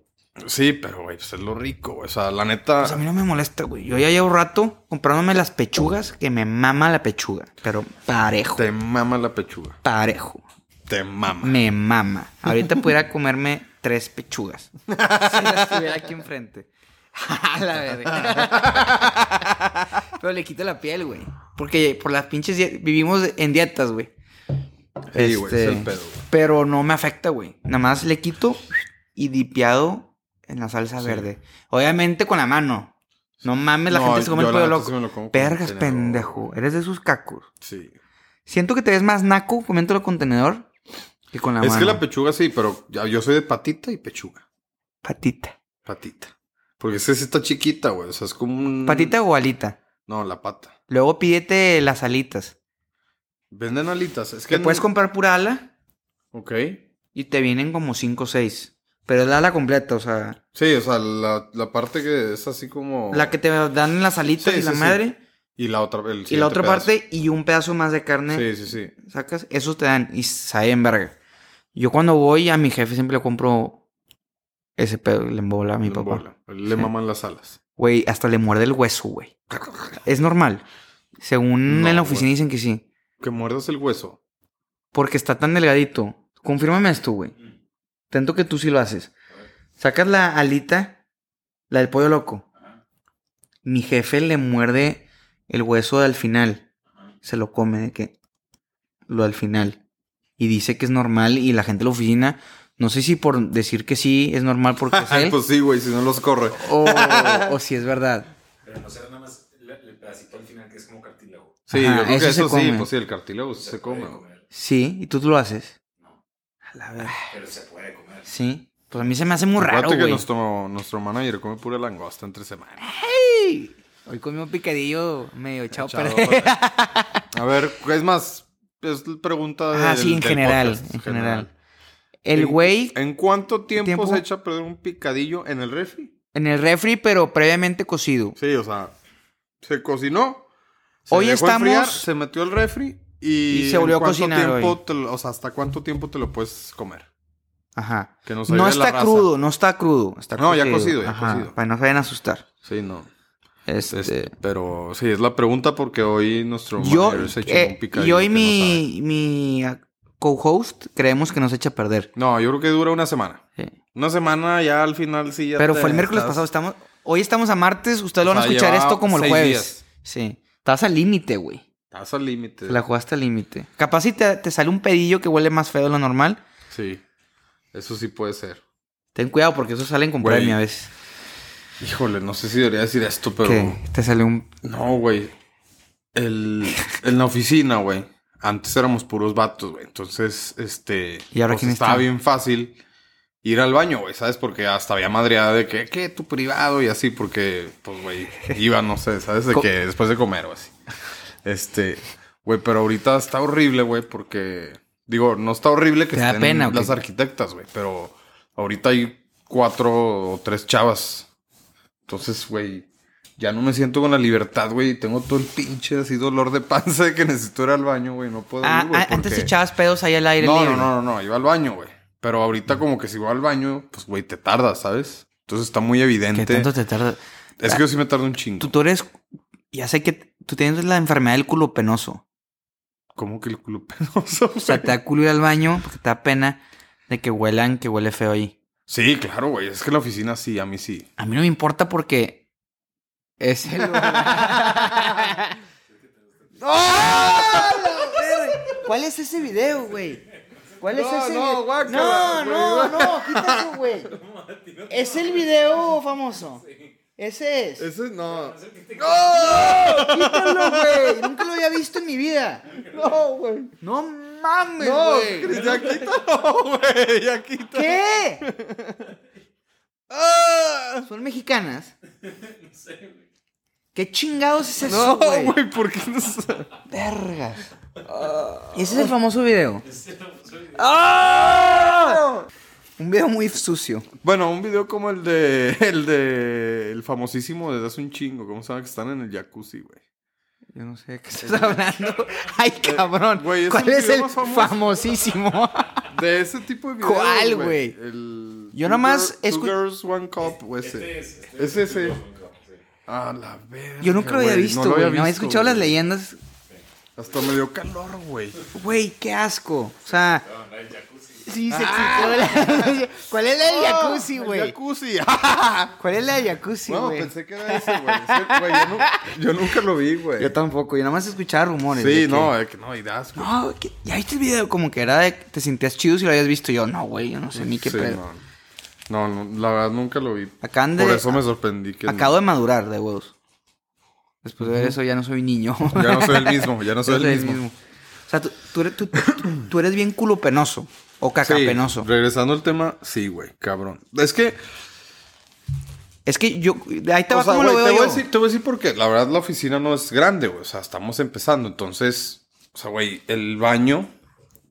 S1: Sí, pero, güey, pues es lo rico, güey. O sea, la neta.
S2: Pues a mí no me molesta, güey. Yo ya llevo rato comprándome las pechugas, que me mama la pechuga. Pero parejo.
S1: Te mama la pechuga.
S2: Parejo.
S1: Te mama.
S2: Me mama. Ahorita pudiera comerme tres pechugas. Si las tuviera aquí enfrente. A la verga. Pero le quito la piel, güey. Porque por las pinches die- vivimos en dietas, güey.
S1: Sí, güey, es
S2: Este,
S1: el pedo, güey.
S2: Pero no me afecta, güey. Nada más le quito y dipeado en la salsa
S1: Sí.
S2: verde. Obviamente con la mano. No mames, la
S1: No,
S2: gente se come
S1: yo
S2: el
S1: la
S2: pollo
S1: neta
S2: loco.
S1: sí me lo como con
S2: Vergas,
S1: tenedor.
S2: pendejo. Eres de esos cacos.
S1: Sí.
S2: Siento que te ves más naco comiendo el contenedor que con la
S1: es
S2: mano.
S1: que la pechuga sí, pero ya- yo soy de patita y pechuga.
S2: patita.
S1: Patita. Porque esa sí está chiquita, güey. O sea, es como un...
S2: Patita o alita.
S1: No, la pata.
S2: Luego pídete las alitas.
S1: Venden alitas. Es que...
S2: Te puedes comprar pura ala
S1: Ok.
S2: y te vienen como 5 o 6. Pero es la ala completa, o sea,
S1: Sí, o sea, la, la parte que es así como...
S2: la que te dan en las alitas
S1: Oh. Sí,
S2: y la
S1: sí, sí.
S2: madre.
S1: Y la otra... el
S2: Y la
S1: siguiente
S2: otra
S1: pedazo.
S2: parte y un pedazo más de carne.
S1: Sí, sí, sí.
S2: sacas, esos te dan y saben verga. Yo cuando voy a mi jefe siempre le compro ese pedo, le embola a mi
S1: Le
S2: papá.
S1: embola. Le
S2: Sí.
S1: maman las alas.
S2: Güey, hasta le muerde el hueso, güey. Es normal. Según
S1: No,
S2: en la oficina
S1: güey.
S2: dicen que sí.
S1: Que muerdas el hueso.
S2: Porque está tan delgadito. Confírmame esto, güey. Tanto que tú sí lo haces. Sacas la alita, la del pollo loco. Mi jefe le muerde el hueso al final. Se lo come de que lo al final. Y dice que es normal y la gente de la oficina, no sé si por decir que sí es normal porque es él
S1: pues sí, güey, si no los corre.
S2: o, o si es verdad.
S4: Pero no será nada más la- el pedacito al final que es como cartílago.
S1: Sí,
S2: Ajá,
S1: yo creo que
S2: eso se
S1: eso sí,
S2: come.
S1: pues sí, el cartílago sí se
S4: puede
S1: come. güey.
S4: comer,
S2: Sí, y tú lo haces. A la verga.
S4: Pero se puede comer.
S2: Sí. Pues a mí se me hace muy raro,
S1: Acuérdate que
S2: güey.
S1: nuestro, nuestro manager come pura langosta entre semanas.
S2: ¡Ey! Hoy comí un picadillo medio echado para...
S1: A ver, es más, es pregunta de.
S2: Ah, sí, en general, en general. El güey
S1: ¿En cuánto tiempo,
S2: ¿Tiempo?
S1: se echa a perder un picadillo en el refri?
S2: en el refri, pero previamente cocido.
S1: Sí, o sea, se cocinó. se
S2: Hoy
S1: dejó enfriar,
S2: estamos-
S1: se metió al refri y.
S2: Y se volvió a
S1: ¿en cuánto
S2: cocinar
S1: tiempo
S2: hoy.
S1: te lo- o sea, ¿hasta cuánto tiempo te lo puedes comer?
S2: Ajá.
S1: Que nos
S2: No
S1: ayude la
S2: está
S1: raza.
S2: crudo, no está crudo. Está
S1: No, ya cocido, ya
S2: Ajá,
S1: cocido.
S2: Para no se vayan a asustar.
S1: Sí, no.
S2: Este,
S1: Este, pero sí, es la pregunta porque hoy nuestro
S2: yo,
S1: manager se echó
S2: eh,
S1: un picadillo
S2: y hoy
S1: que no sabe.
S2: mi, mi ah, co-host creemos que nos echa a perder.
S1: No, yo creo que dura una semana.
S2: Sí.
S1: Una semana ya al final sí ya
S2: Pero
S1: te
S2: fue el miércoles
S1: estás-
S2: pasado. Estamos, hoy estamos a martes. Ustedes lo
S1: O
S2: van a
S1: sea,
S2: escuchar
S1: llevaba
S2: esto como el
S1: seis
S2: jueves.
S1: días.
S2: Sí. Estás al límite, güey.
S1: Estás al límite.
S2: Te La jugaste al límite. Capaz si te, te sale un pedillo que huele más feo de lo normal.
S1: Sí. Eso sí puede ser.
S2: Ten cuidado porque esos salen con
S1: Güey.
S2: premio a veces.
S1: Híjole, no sé si debería decir esto, pero.
S2: Que te sale un...
S1: No, güey. El... En la oficina, güey. Antes éramos puros vatos, güey. Entonces, este.
S2: ¿Y ahora
S1: pues
S2: quién
S1: Estaba
S2: está?
S1: bien fácil ir al baño, güey, ¿sabes? Porque hasta había madreada de que, ¿qué? Tu privado y así, porque, pues, güey, iba, no sé, ¿sabes? De
S2: Co-
S1: que después de comer o así. Este. Güey, pero ahorita está horrible, güey, porque. Digo, no está horrible que
S2: ¿Te da
S1: estén
S2: pena o qué?
S1: las arquitectas, güey, pero ahorita hay cuatro o tres chavas. Entonces, güey, ya no me siento con la libertad, güey. Tengo todo el pinche así dolor de panza de que necesito ir al baño, güey. No puedo
S2: Ah,
S1: ir, güey,
S2: ah, antes
S1: porque-
S2: echabas pedos ahí al aire
S1: no,
S2: libre.
S1: no, no, no, no, iba al baño, güey. Pero ahorita como que si voy al baño, pues, güey, te tardas, ¿sabes? Entonces está muy
S2: ¿Qué
S1: evidente.
S2: tanto te tarda?
S1: Es que yo sí me tardo un chingo.
S2: Tú, tú eres... Ya sé que tú tienes la enfermedad del culo penoso.
S1: ¿Cómo que el culo penoso?
S2: O sea, te da culo ir al baño porque te da pena de que huelan, que huele feo ahí.
S1: Sí, claro, güey. Es que en la oficina sí, a mí sí.
S2: A mí no me importa porque... Es el...
S3: ¿Cuál es ese video, güey? ¿Cuál es
S1: No,
S3: ese
S1: no,
S3: video?
S1: guácala,
S3: no, no,
S1: güey.
S3: no, quítalo, güey. Es el video famoso. Ese es.
S1: Ese no.
S3: Quítalo, güey. Nunca lo había visto en mi vida. No, güey.
S2: No mames,
S3: No,
S2: güey.
S1: ya quítalo, güey. Ya quítalo.
S3: ¿Qué?
S2: ¿Son mexicanas? ¿Qué chingados es
S1: No,
S2: eso, güey?
S1: güey, ¿por qué no sa-
S2: Vergas. Ese es el famoso video.
S1: ¡Ah!
S2: Un video muy sucio.
S1: Bueno, un video como el de. El de. El famosísimo desde hace un chingo. ¿Cómo se llama? Que están en el jacuzzi, güey.
S2: Yo no sé de qué estás hablando. Ay, cabrón.
S1: Güey, es
S2: ¿Cuál
S1: el
S2: es
S1: video
S2: el
S1: más famoso.
S2: famosísimo?
S1: De ese tipo de videos.
S2: ¿Cuál, güey?
S1: El...
S2: Yo
S1: Two
S2: nomás
S1: Girl- Two
S2: escu-
S1: Girls, One Cup, o ese.
S4: es,
S1: Es ese. A la verga.
S2: Yo nunca lo había
S1: güey,
S2: visto,
S1: no lo
S2: güey. No,
S1: había
S2: había
S1: visto,
S2: escuchado las
S1: güey.
S2: leyendas.
S1: Hasta me dio calor, güey.
S2: Güey, qué asco. O sea,
S3: Sí, se excitó de la- ¿Cuál es la del jacuzzi,
S1: Ah. Oh, El
S3: güey?
S1: Jacuzzi.
S3: ¿Cuál es la del jacuzzi,
S1: bueno,
S3: güey?
S1: pues, pensé que era ese, güey. Ese, güey, yo, nu- yo nunca lo vi, güey.
S2: Yo tampoco, yo nada más escuchaba rumores. de
S1: Sí,
S2: que-
S1: no, es que no, y das, güey.
S2: No, que- ya viste el video como que era de que te sentías chido si lo habías visto. Yo, no, güey, yo no sé ni qué
S1: Sí,
S2: pedo.
S1: No. No, no, la verdad nunca lo vi.
S2: Acaban de-
S1: Por eso me sorprendí que
S2: Acabo de madurar de huevos. Después de ver eso ya no soy niño.
S1: Ya no soy el mismo, ya no soy el mismo.
S2: O sea, tú, tú eres, tú- tú- tú eres bien culo penoso o
S1: Sí,
S2: cacapenoso.
S1: regresando al tema, sí, güey, cabrón. Es que
S2: Es que yo, ahí te va
S1: O sea,
S2: como
S1: güey,
S2: lo
S1: te
S2: veo
S1: voy a
S2: yo.
S1: decir, te voy a decir porque la verdad la oficina no es grande, güey. O sea, estamos empezando. Entonces, o sea, güey, el baño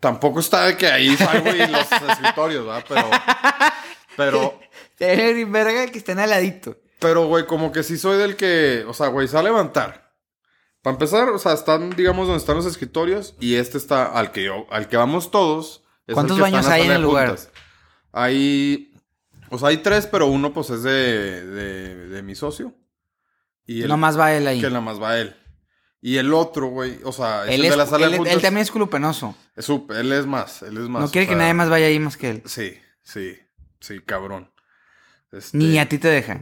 S1: tampoco está de que ahí salgo y los escritorios, ¿verdad? Pero, pero,
S2: Eh, verga que estén al ladito.
S1: pero, güey, como que sí soy del que, o sea, güey, se va a levantar. Para empezar, o sea, están, digamos, donde están los escritorios y este está al que yo, al que vamos todos. es
S2: ¿Cuántos
S1: al que están
S2: baños hay
S1: hasta
S2: en el lugar?
S1: juntas. Hay, o sea, hay tres, pero uno pues es de, de, de mi socio. Y el-
S2: Nomás va él ahí.
S1: que nada más va él. Y el otro, güey, o sea, es
S2: él,
S1: el
S2: es-
S1: de la sala
S2: él-
S1: de juntas.
S2: él también es culo penoso.
S1: Es su- él es más, él es más.
S2: No quiere
S1: o
S2: que
S1: sea,
S2: nadie más vaya ahí más que él.
S1: Sí, sí, sí, cabrón. Este,
S2: Ni a ti te deja.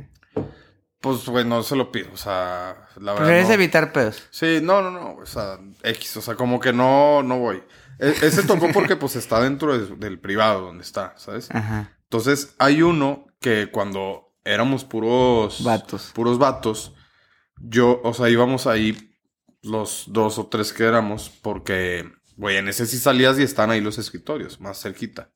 S1: Pues, güey, no se lo pido, o sea, la verdad.
S2: Prefieres
S1: no.
S2: evitar pedos.
S1: Sí, no, no, no, o sea, X, o sea, como que no, no voy. E- ese tocó porque, pues, está dentro de su- del privado donde está, ¿sabes?
S2: Ajá.
S1: Entonces, hay uno que cuando éramos puros...
S2: Vatos.
S1: Puros vatos. Yo, o sea, íbamos ahí los dos o tres que éramos porque, güey, en ese sí salías y están ahí los escritorios, más cerquita.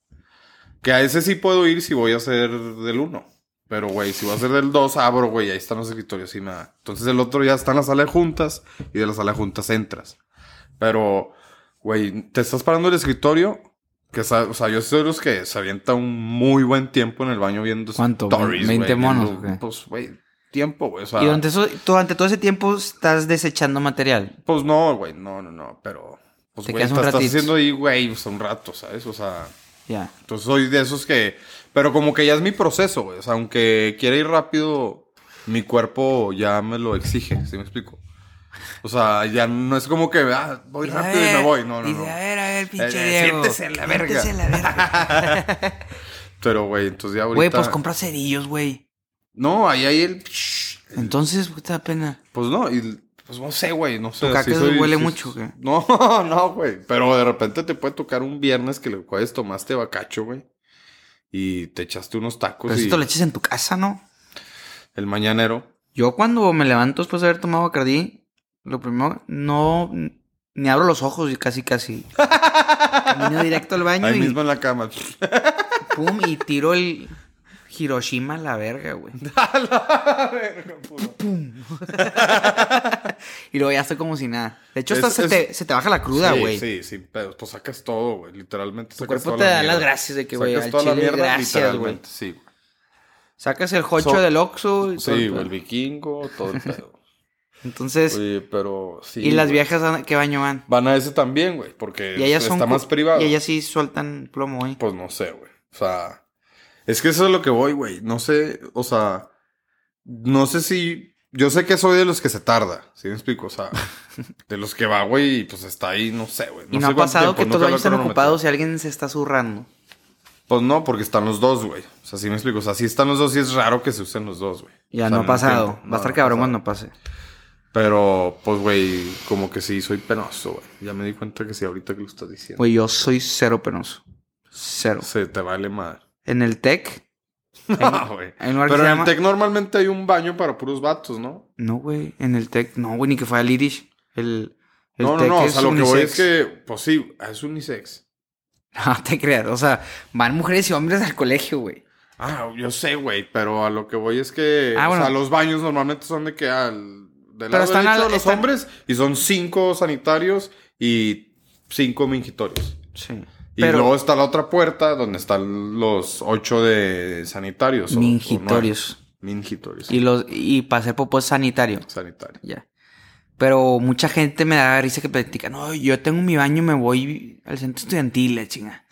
S1: Que a ese sí puedo ir si voy a ser del uno. Pero, güey, si voy a ser del dos, abro, güey, ahí están los escritorios y nada. Entonces, el otro ya está en la sala de juntas y de la sala de juntas entras. Pero, güey, te estás parando el escritorio. Que sa- o sea, yo soy de los que se avienta un muy buen tiempo en el baño viendo
S2: ¿Cuánto?
S1: stories, güey,
S2: 20 monos,
S1: viendo-
S2: ¿o qué?
S1: Pues, güey, tiempo, güey. O sea,
S2: Y durante, eso, durante todo ese tiempo estás desechando material.
S1: pues no, güey, no, no, no, pero... Pues,
S2: Te
S1: güey,
S2: quedas un
S1: estás, estás
S2: ratito.
S1: haciendo ahí, güey, o sea, un rato, ¿sabes? O sea,
S2: Ya.
S1: entonces soy de esos que... Pero como que ya es mi proceso, güey. O sea, aunque quiera ir rápido, mi cuerpo ya me lo exige, ¿sí me explico? O sea, ya no es como que, ah, voy rápido
S2: Eh,
S1: y me voy. No, no,
S2: Dice,
S1: no.
S2: a ver, a ver, pinche
S1: Eh, eh,
S2: Diego.
S1: siéntese en la verga.
S2: Siéntese en la verga.
S1: Pero, güey, entonces ya ahorita...
S2: Güey, pues compra cerillos, güey.
S1: Eh. No, ahí hay el...
S2: Entonces, güey, te da pena.
S1: Pues no, y pues no sé, güey, no sé.
S2: Tu caca
S1: sí soy-
S2: huele
S1: sí-
S2: mucho, güey.
S1: No, no, güey. Pero de repente te puede tocar un viernes que le puedes tomaste bacacho, güey. Y te echaste unos tacos
S2: Pero
S1: y
S2: si te lo echas en tu casa, ¿no?
S1: el mañanero.
S2: Yo cuando me levanto después de haber tomado Bacardí, lo primero, no... Ni abro los ojos y casi, casi. Camino directo al baño
S1: Ahí
S2: y
S1: mismo en la cama.
S2: pum, y tiro el Hiroshima a la verga, güey. Y luego ya estoy como si nada. De hecho, hasta
S1: Es-
S2: se,
S1: es-
S2: te, se te baja la cruda,
S1: Sí,
S2: güey.
S1: Sí, sí, pero pues sacas todo, güey. Literalmente
S2: Tu
S1: sacas
S2: cuerpo
S1: toda
S2: te
S1: la
S2: da las
S1: mierda.
S2: gracias de que, güey,
S1: Sacas
S2: al
S1: toda la
S2: chile,
S1: mierda,
S2: gracias, güey.
S1: literalmente, Sí, güey.
S2: Sacas el hocho
S1: So-
S2: del Oxxo. y todo el
S1: Sí, güey,
S2: pedo.
S1: el vikingo, todo el pedo.
S2: Entonces,
S1: Oye, pero sí.
S2: ¿y las
S1: güey.
S2: viejas a qué baño van?
S1: Van a ese también, güey, porque
S2: Y ellas
S1: está
S2: son... cu-
S1: más privado.
S2: Y ellas sí sueltan plomo, güey.
S1: Pues no sé, güey. O sea, es que eso es lo que voy, güey. No sé, o sea, no sé si. Yo sé que soy de los que se tarda, ¿sí me explico? O sea, de los que va, güey, y pues está ahí, no sé, güey.
S2: y no
S1: sé
S2: ha
S1: cuánto
S2: pasado
S1: tiempo,
S2: que
S1: nunca
S2: todos
S1: lo he
S2: los baños están
S1: cronometrado.
S2: ocupados y alguien se está zurrando.
S1: Pues no, porque están los dos, güey. O sea, sí me explico. O sea, si están los dos, y es raro que se usen los dos, güey.
S2: Ya
S1: O sea,
S2: no ha pasado.
S1: entiendo.
S2: Va a estar
S1: ha
S2: cabrón
S1: pasado.
S2: cuando pase.
S1: Pero, pues, güey, como que sí, soy penoso, güey. Ya me di cuenta que sí, ahorita que lo estás diciendo.
S2: Güey, yo soy cero penoso. Cero.
S1: Se te vale madre.
S2: En el tech.
S1: No, güey.
S2: hay un lugar que
S1: Pero
S2: se
S1: en
S2: llama-
S1: el tec normalmente hay un baño para puros vatos, ¿no?
S2: No, güey. En el tech. No, güey, ni que fuera al Irish. El, el
S1: no, no,
S2: Tec
S1: no. O
S2: es
S1: sea, lo que voy es
S2: unisex.
S1: que, pues sí, es unisex.
S2: No te creas. O sea, van mujeres y hombres al colegio, güey.
S1: Ah, yo sé, güey, pero a lo que voy es que,
S2: Ah, bueno.
S1: o sea, los baños normalmente son de que al del
S2: Pero
S1: lado
S2: están
S1: derecho
S2: al-
S1: los
S2: están-
S1: hombres y son cinco sanitarios y cinco mingitorios.
S2: Sí.
S1: Y
S2: Pero
S1: luego está la otra puerta donde están los ocho de sanitarios. o- o nueve.
S2: mingitorios.
S1: mingitorios.
S2: y, los, y para hacer popó es sanitario.
S1: Sanitario.
S2: Ya. Pero mucha gente me da risa que practica. No, yo tengo mi baño y me voy al centro estudiantil, la chinga.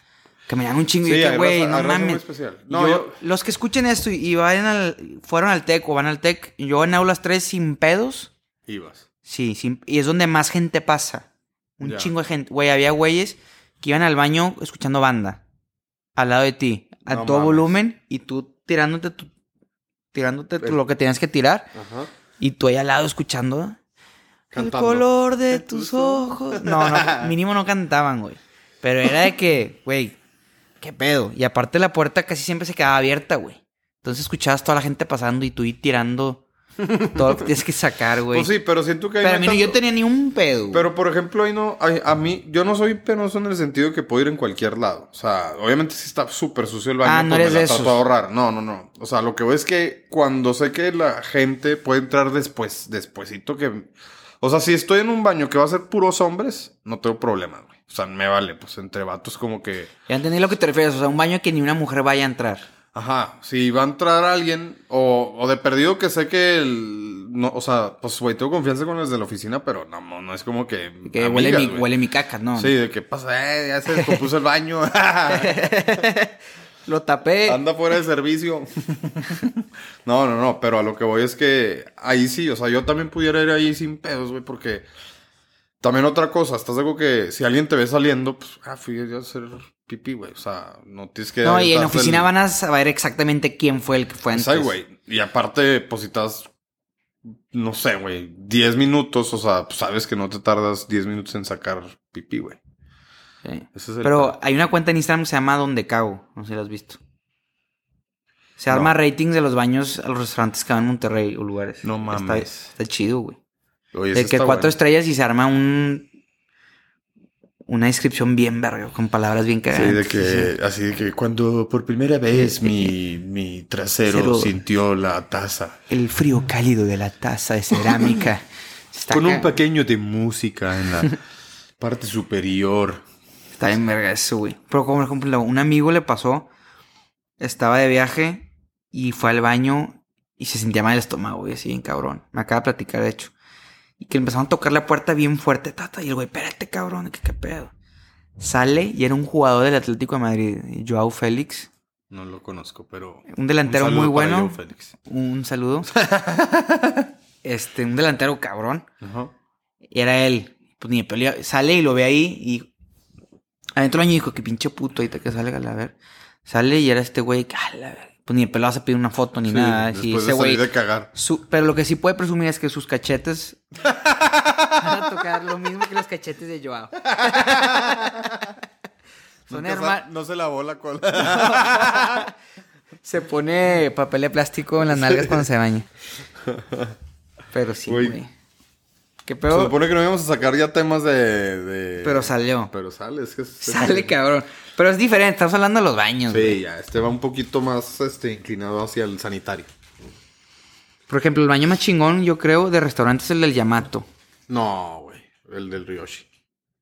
S2: Que me dan un chingo.
S1: Sí,
S2: y yo,
S1: hay
S2: que, güey,
S1: raza-
S2: no
S1: hay raza muy
S2: mames.
S1: especial.
S2: Y
S1: No,
S2: yo-
S1: yo-
S2: Los que escuchen esto y, y vayan al, fueron al TEC o van al TEC, y yo en aulas 3 sin pedos.
S1: Ibas.
S2: Sí, sin- y es donde más gente pasa. Un
S1: Ya.
S2: chingo de gente. Güey, había güeyes que iban al baño escuchando banda. al lado de ti, a
S1: No
S2: todo
S1: mames.
S2: volumen, y tú tirándote tu, tirándote tu-
S1: El-
S2: lo que tenías que tirar,
S1: Ajá.
S2: y tú ahí al lado escuchando.
S1: Cantando.
S2: El color de
S1: Tus
S2: tus ojos. No, no, mínimo no cantaban, güey. Pero era de que, güey, qué pedo. Y aparte la puerta casi siempre se quedaba abierta, güey. Entonces escuchabas toda la gente pasando y tú ahí tirando todo lo que tienes que sacar, güey.
S1: Pues sí, pero siento que ahí no
S2: Pero
S1: hay
S2: a mí no- yo
S1: tanto-
S2: tenía ni un pedo. güey.
S1: Pero por ejemplo, ahí no, ahí- a, mí, yo no soy penoso en el sentido de que puedo ir en cualquier lado. O sea, obviamente si está súper sucio el baño,
S2: Ah, no
S1: pues
S2: eres
S1: me la
S2: de
S1: trato
S2: esos.
S1: de ahorrar. No, no, no. O sea, lo que veo es que cuando sé que la gente puede entrar después, despuesito que... O sea, si estoy en un baño que va a ser puros hombres, no tengo problema, güey. O sea, me vale, pues entre vatos como que...
S2: Ya entendí lo que te refieres. O sea, un baño que ni una mujer vaya a entrar.
S1: Ajá, si va a entrar alguien, o, o de perdido que sé que el. No, o sea, pues güey, tengo confianza con los de la oficina, pero no, no no es como que.
S2: Que
S1: amigas,
S2: huele, mi,
S1: güey.
S2: huele mi caca, ¿no?
S1: Sí, de que pasa, eh, ya se descompuso el baño.
S2: Lo tapé.
S1: Anda fuera de servicio. no, no, no, pero a lo que voy es que ahí sí, o sea, yo también pudiera ir ahí sin pedos, güey, porque también otra cosa, estás algo que si alguien te ve saliendo, pues, ah, fui yo a hacer pipí, güey, o sea, no tienes que...
S2: No, y en la
S1: darte el- Pues,
S2: oficina van a saber exactamente quién fue el que fue antes.
S1: Ay, güey. Y aparte, pues si estás, no sé, güey, 10 minutos, o sea, pues, sabes que no te tardas 10 minutos en sacar pipí, güey.
S2: Sí.
S1: Ese es el
S2: Pero
S1: pedo.
S2: hay una cuenta en Instagram que se llama Donde Cago. No sé si la has visto. Se
S1: No.
S2: arma ratings de los baños a los restaurantes que van en Monterrey o lugares.
S1: No
S2: Está-
S1: mames.
S2: Está, chido, güey.
S1: Oye,
S2: De
S1: ese
S2: que
S1: está
S2: cuatro
S1: bueno.
S2: estrellas y se arma un. Una descripción bien verga, con palabras bien
S1: Sí, de
S2: cagantes.
S1: que,
S2: eh,
S1: así de que cuando por primera vez mi, mi trasero
S2: Cero.
S1: sintió la taza.
S2: El frío cálido de la taza de cerámica. Está
S1: Con un
S2: ca-
S1: pequeño de música en la parte superior.
S2: Está bien verga eso, güey. Pero como por ejemplo, un amigo le pasó, estaba de viaje y fue al baño y se sentía mal el estómago, güey, así bien cabrón. Me acaba de platicar, de hecho. Y que le empezaron a tocar la puerta bien fuerte, tata. Y el güey, espérate, cabrón, ¿qué, qué pedo? Sale y era un jugador del Atlético de Madrid, Joao Félix.
S1: No lo conozco, pero...
S2: Un delantero
S1: saludo
S2: muy
S1: para
S2: bueno.
S1: Joe Félix.
S2: Un saludo. este, un delantero cabrón.
S1: Ajá.
S2: Y era él. Pues ni de pelea. Sale y lo ve ahí y. Adentro del baño dijo que pinche puto, ahorita que salga la ver. Sale y era este güey que, "Ah, la ver-". Pues ni de pelado se pide una foto ni
S1: Sí,
S2: nada.
S1: después
S2: Y
S1: de
S2: ese
S1: salir
S2: güey.
S1: de cagar.
S2: su- pero lo que sí puede presumir es que sus cachetes van a tocar lo mismo que los cachetes de Joao. Son
S1: Nunca sa-
S2: hermanos.
S1: No se lavó la cola.
S2: Se pone papel de plástico en las nalgas cuando se baña. Pero sí,
S1: Güey.
S2: güey. Qué
S1: Se
S2: peor.
S1: supone que no íbamos a sacar ya temas de. de-
S2: Pero salió.
S1: Pero sale, es que. es-
S2: Sale cabrón. Pero es diferente, estamos hablando de los baños. güey.
S1: Sí, ya, este va un poquito más este, inclinado hacia el sanitario.
S2: Por ejemplo, el baño más chingón, yo creo, de restaurantes es el del Yamato.
S1: No, güey. El del Ryoshi.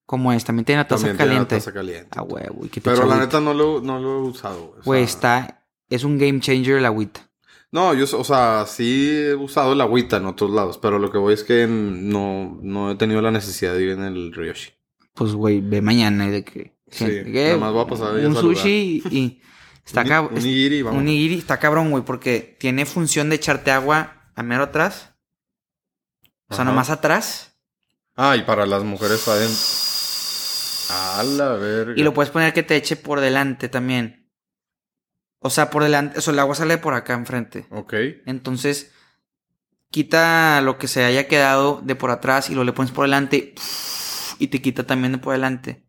S2: Como es, también tiene la taza
S1: También tiene la
S2: caliente.
S1: taza caliente.
S2: Ah, güey, güey, qué
S1: Pero la
S2: chavito.
S1: neta no lo, no lo he usado, güey. O
S2: Güey,
S1: sea,
S2: está. Es un game changer el agüita.
S1: No, yo, o sea, sí he usado la agüita en otros lados, pero lo que voy es que no, no he tenido la necesidad de ir en el Ryoshi.
S2: Pues, güey, ve mañana y de que.
S1: Sí,
S2: gente, ¿qué?
S1: nada más voy a pasar ahí a
S2: Un
S1: saludar.
S2: sushi y. y está
S1: Un-
S2: cabrón.
S1: un nigiri, vamos.
S2: Un nigiri está cabrón, güey, porque tiene función de echarte agua a mero atrás. O sea,
S1: Ajá.
S2: nomás atrás.
S1: Ah, y para las mujeres adentro. A la verga.
S2: Y lo puedes poner que te eche por delante también. O sea, por delante. O sea, el agua sale por acá enfrente.
S1: Ok.
S2: Entonces, quita lo que se haya quedado de por atrás y lo le pones por delante. Y te quita también de por delante.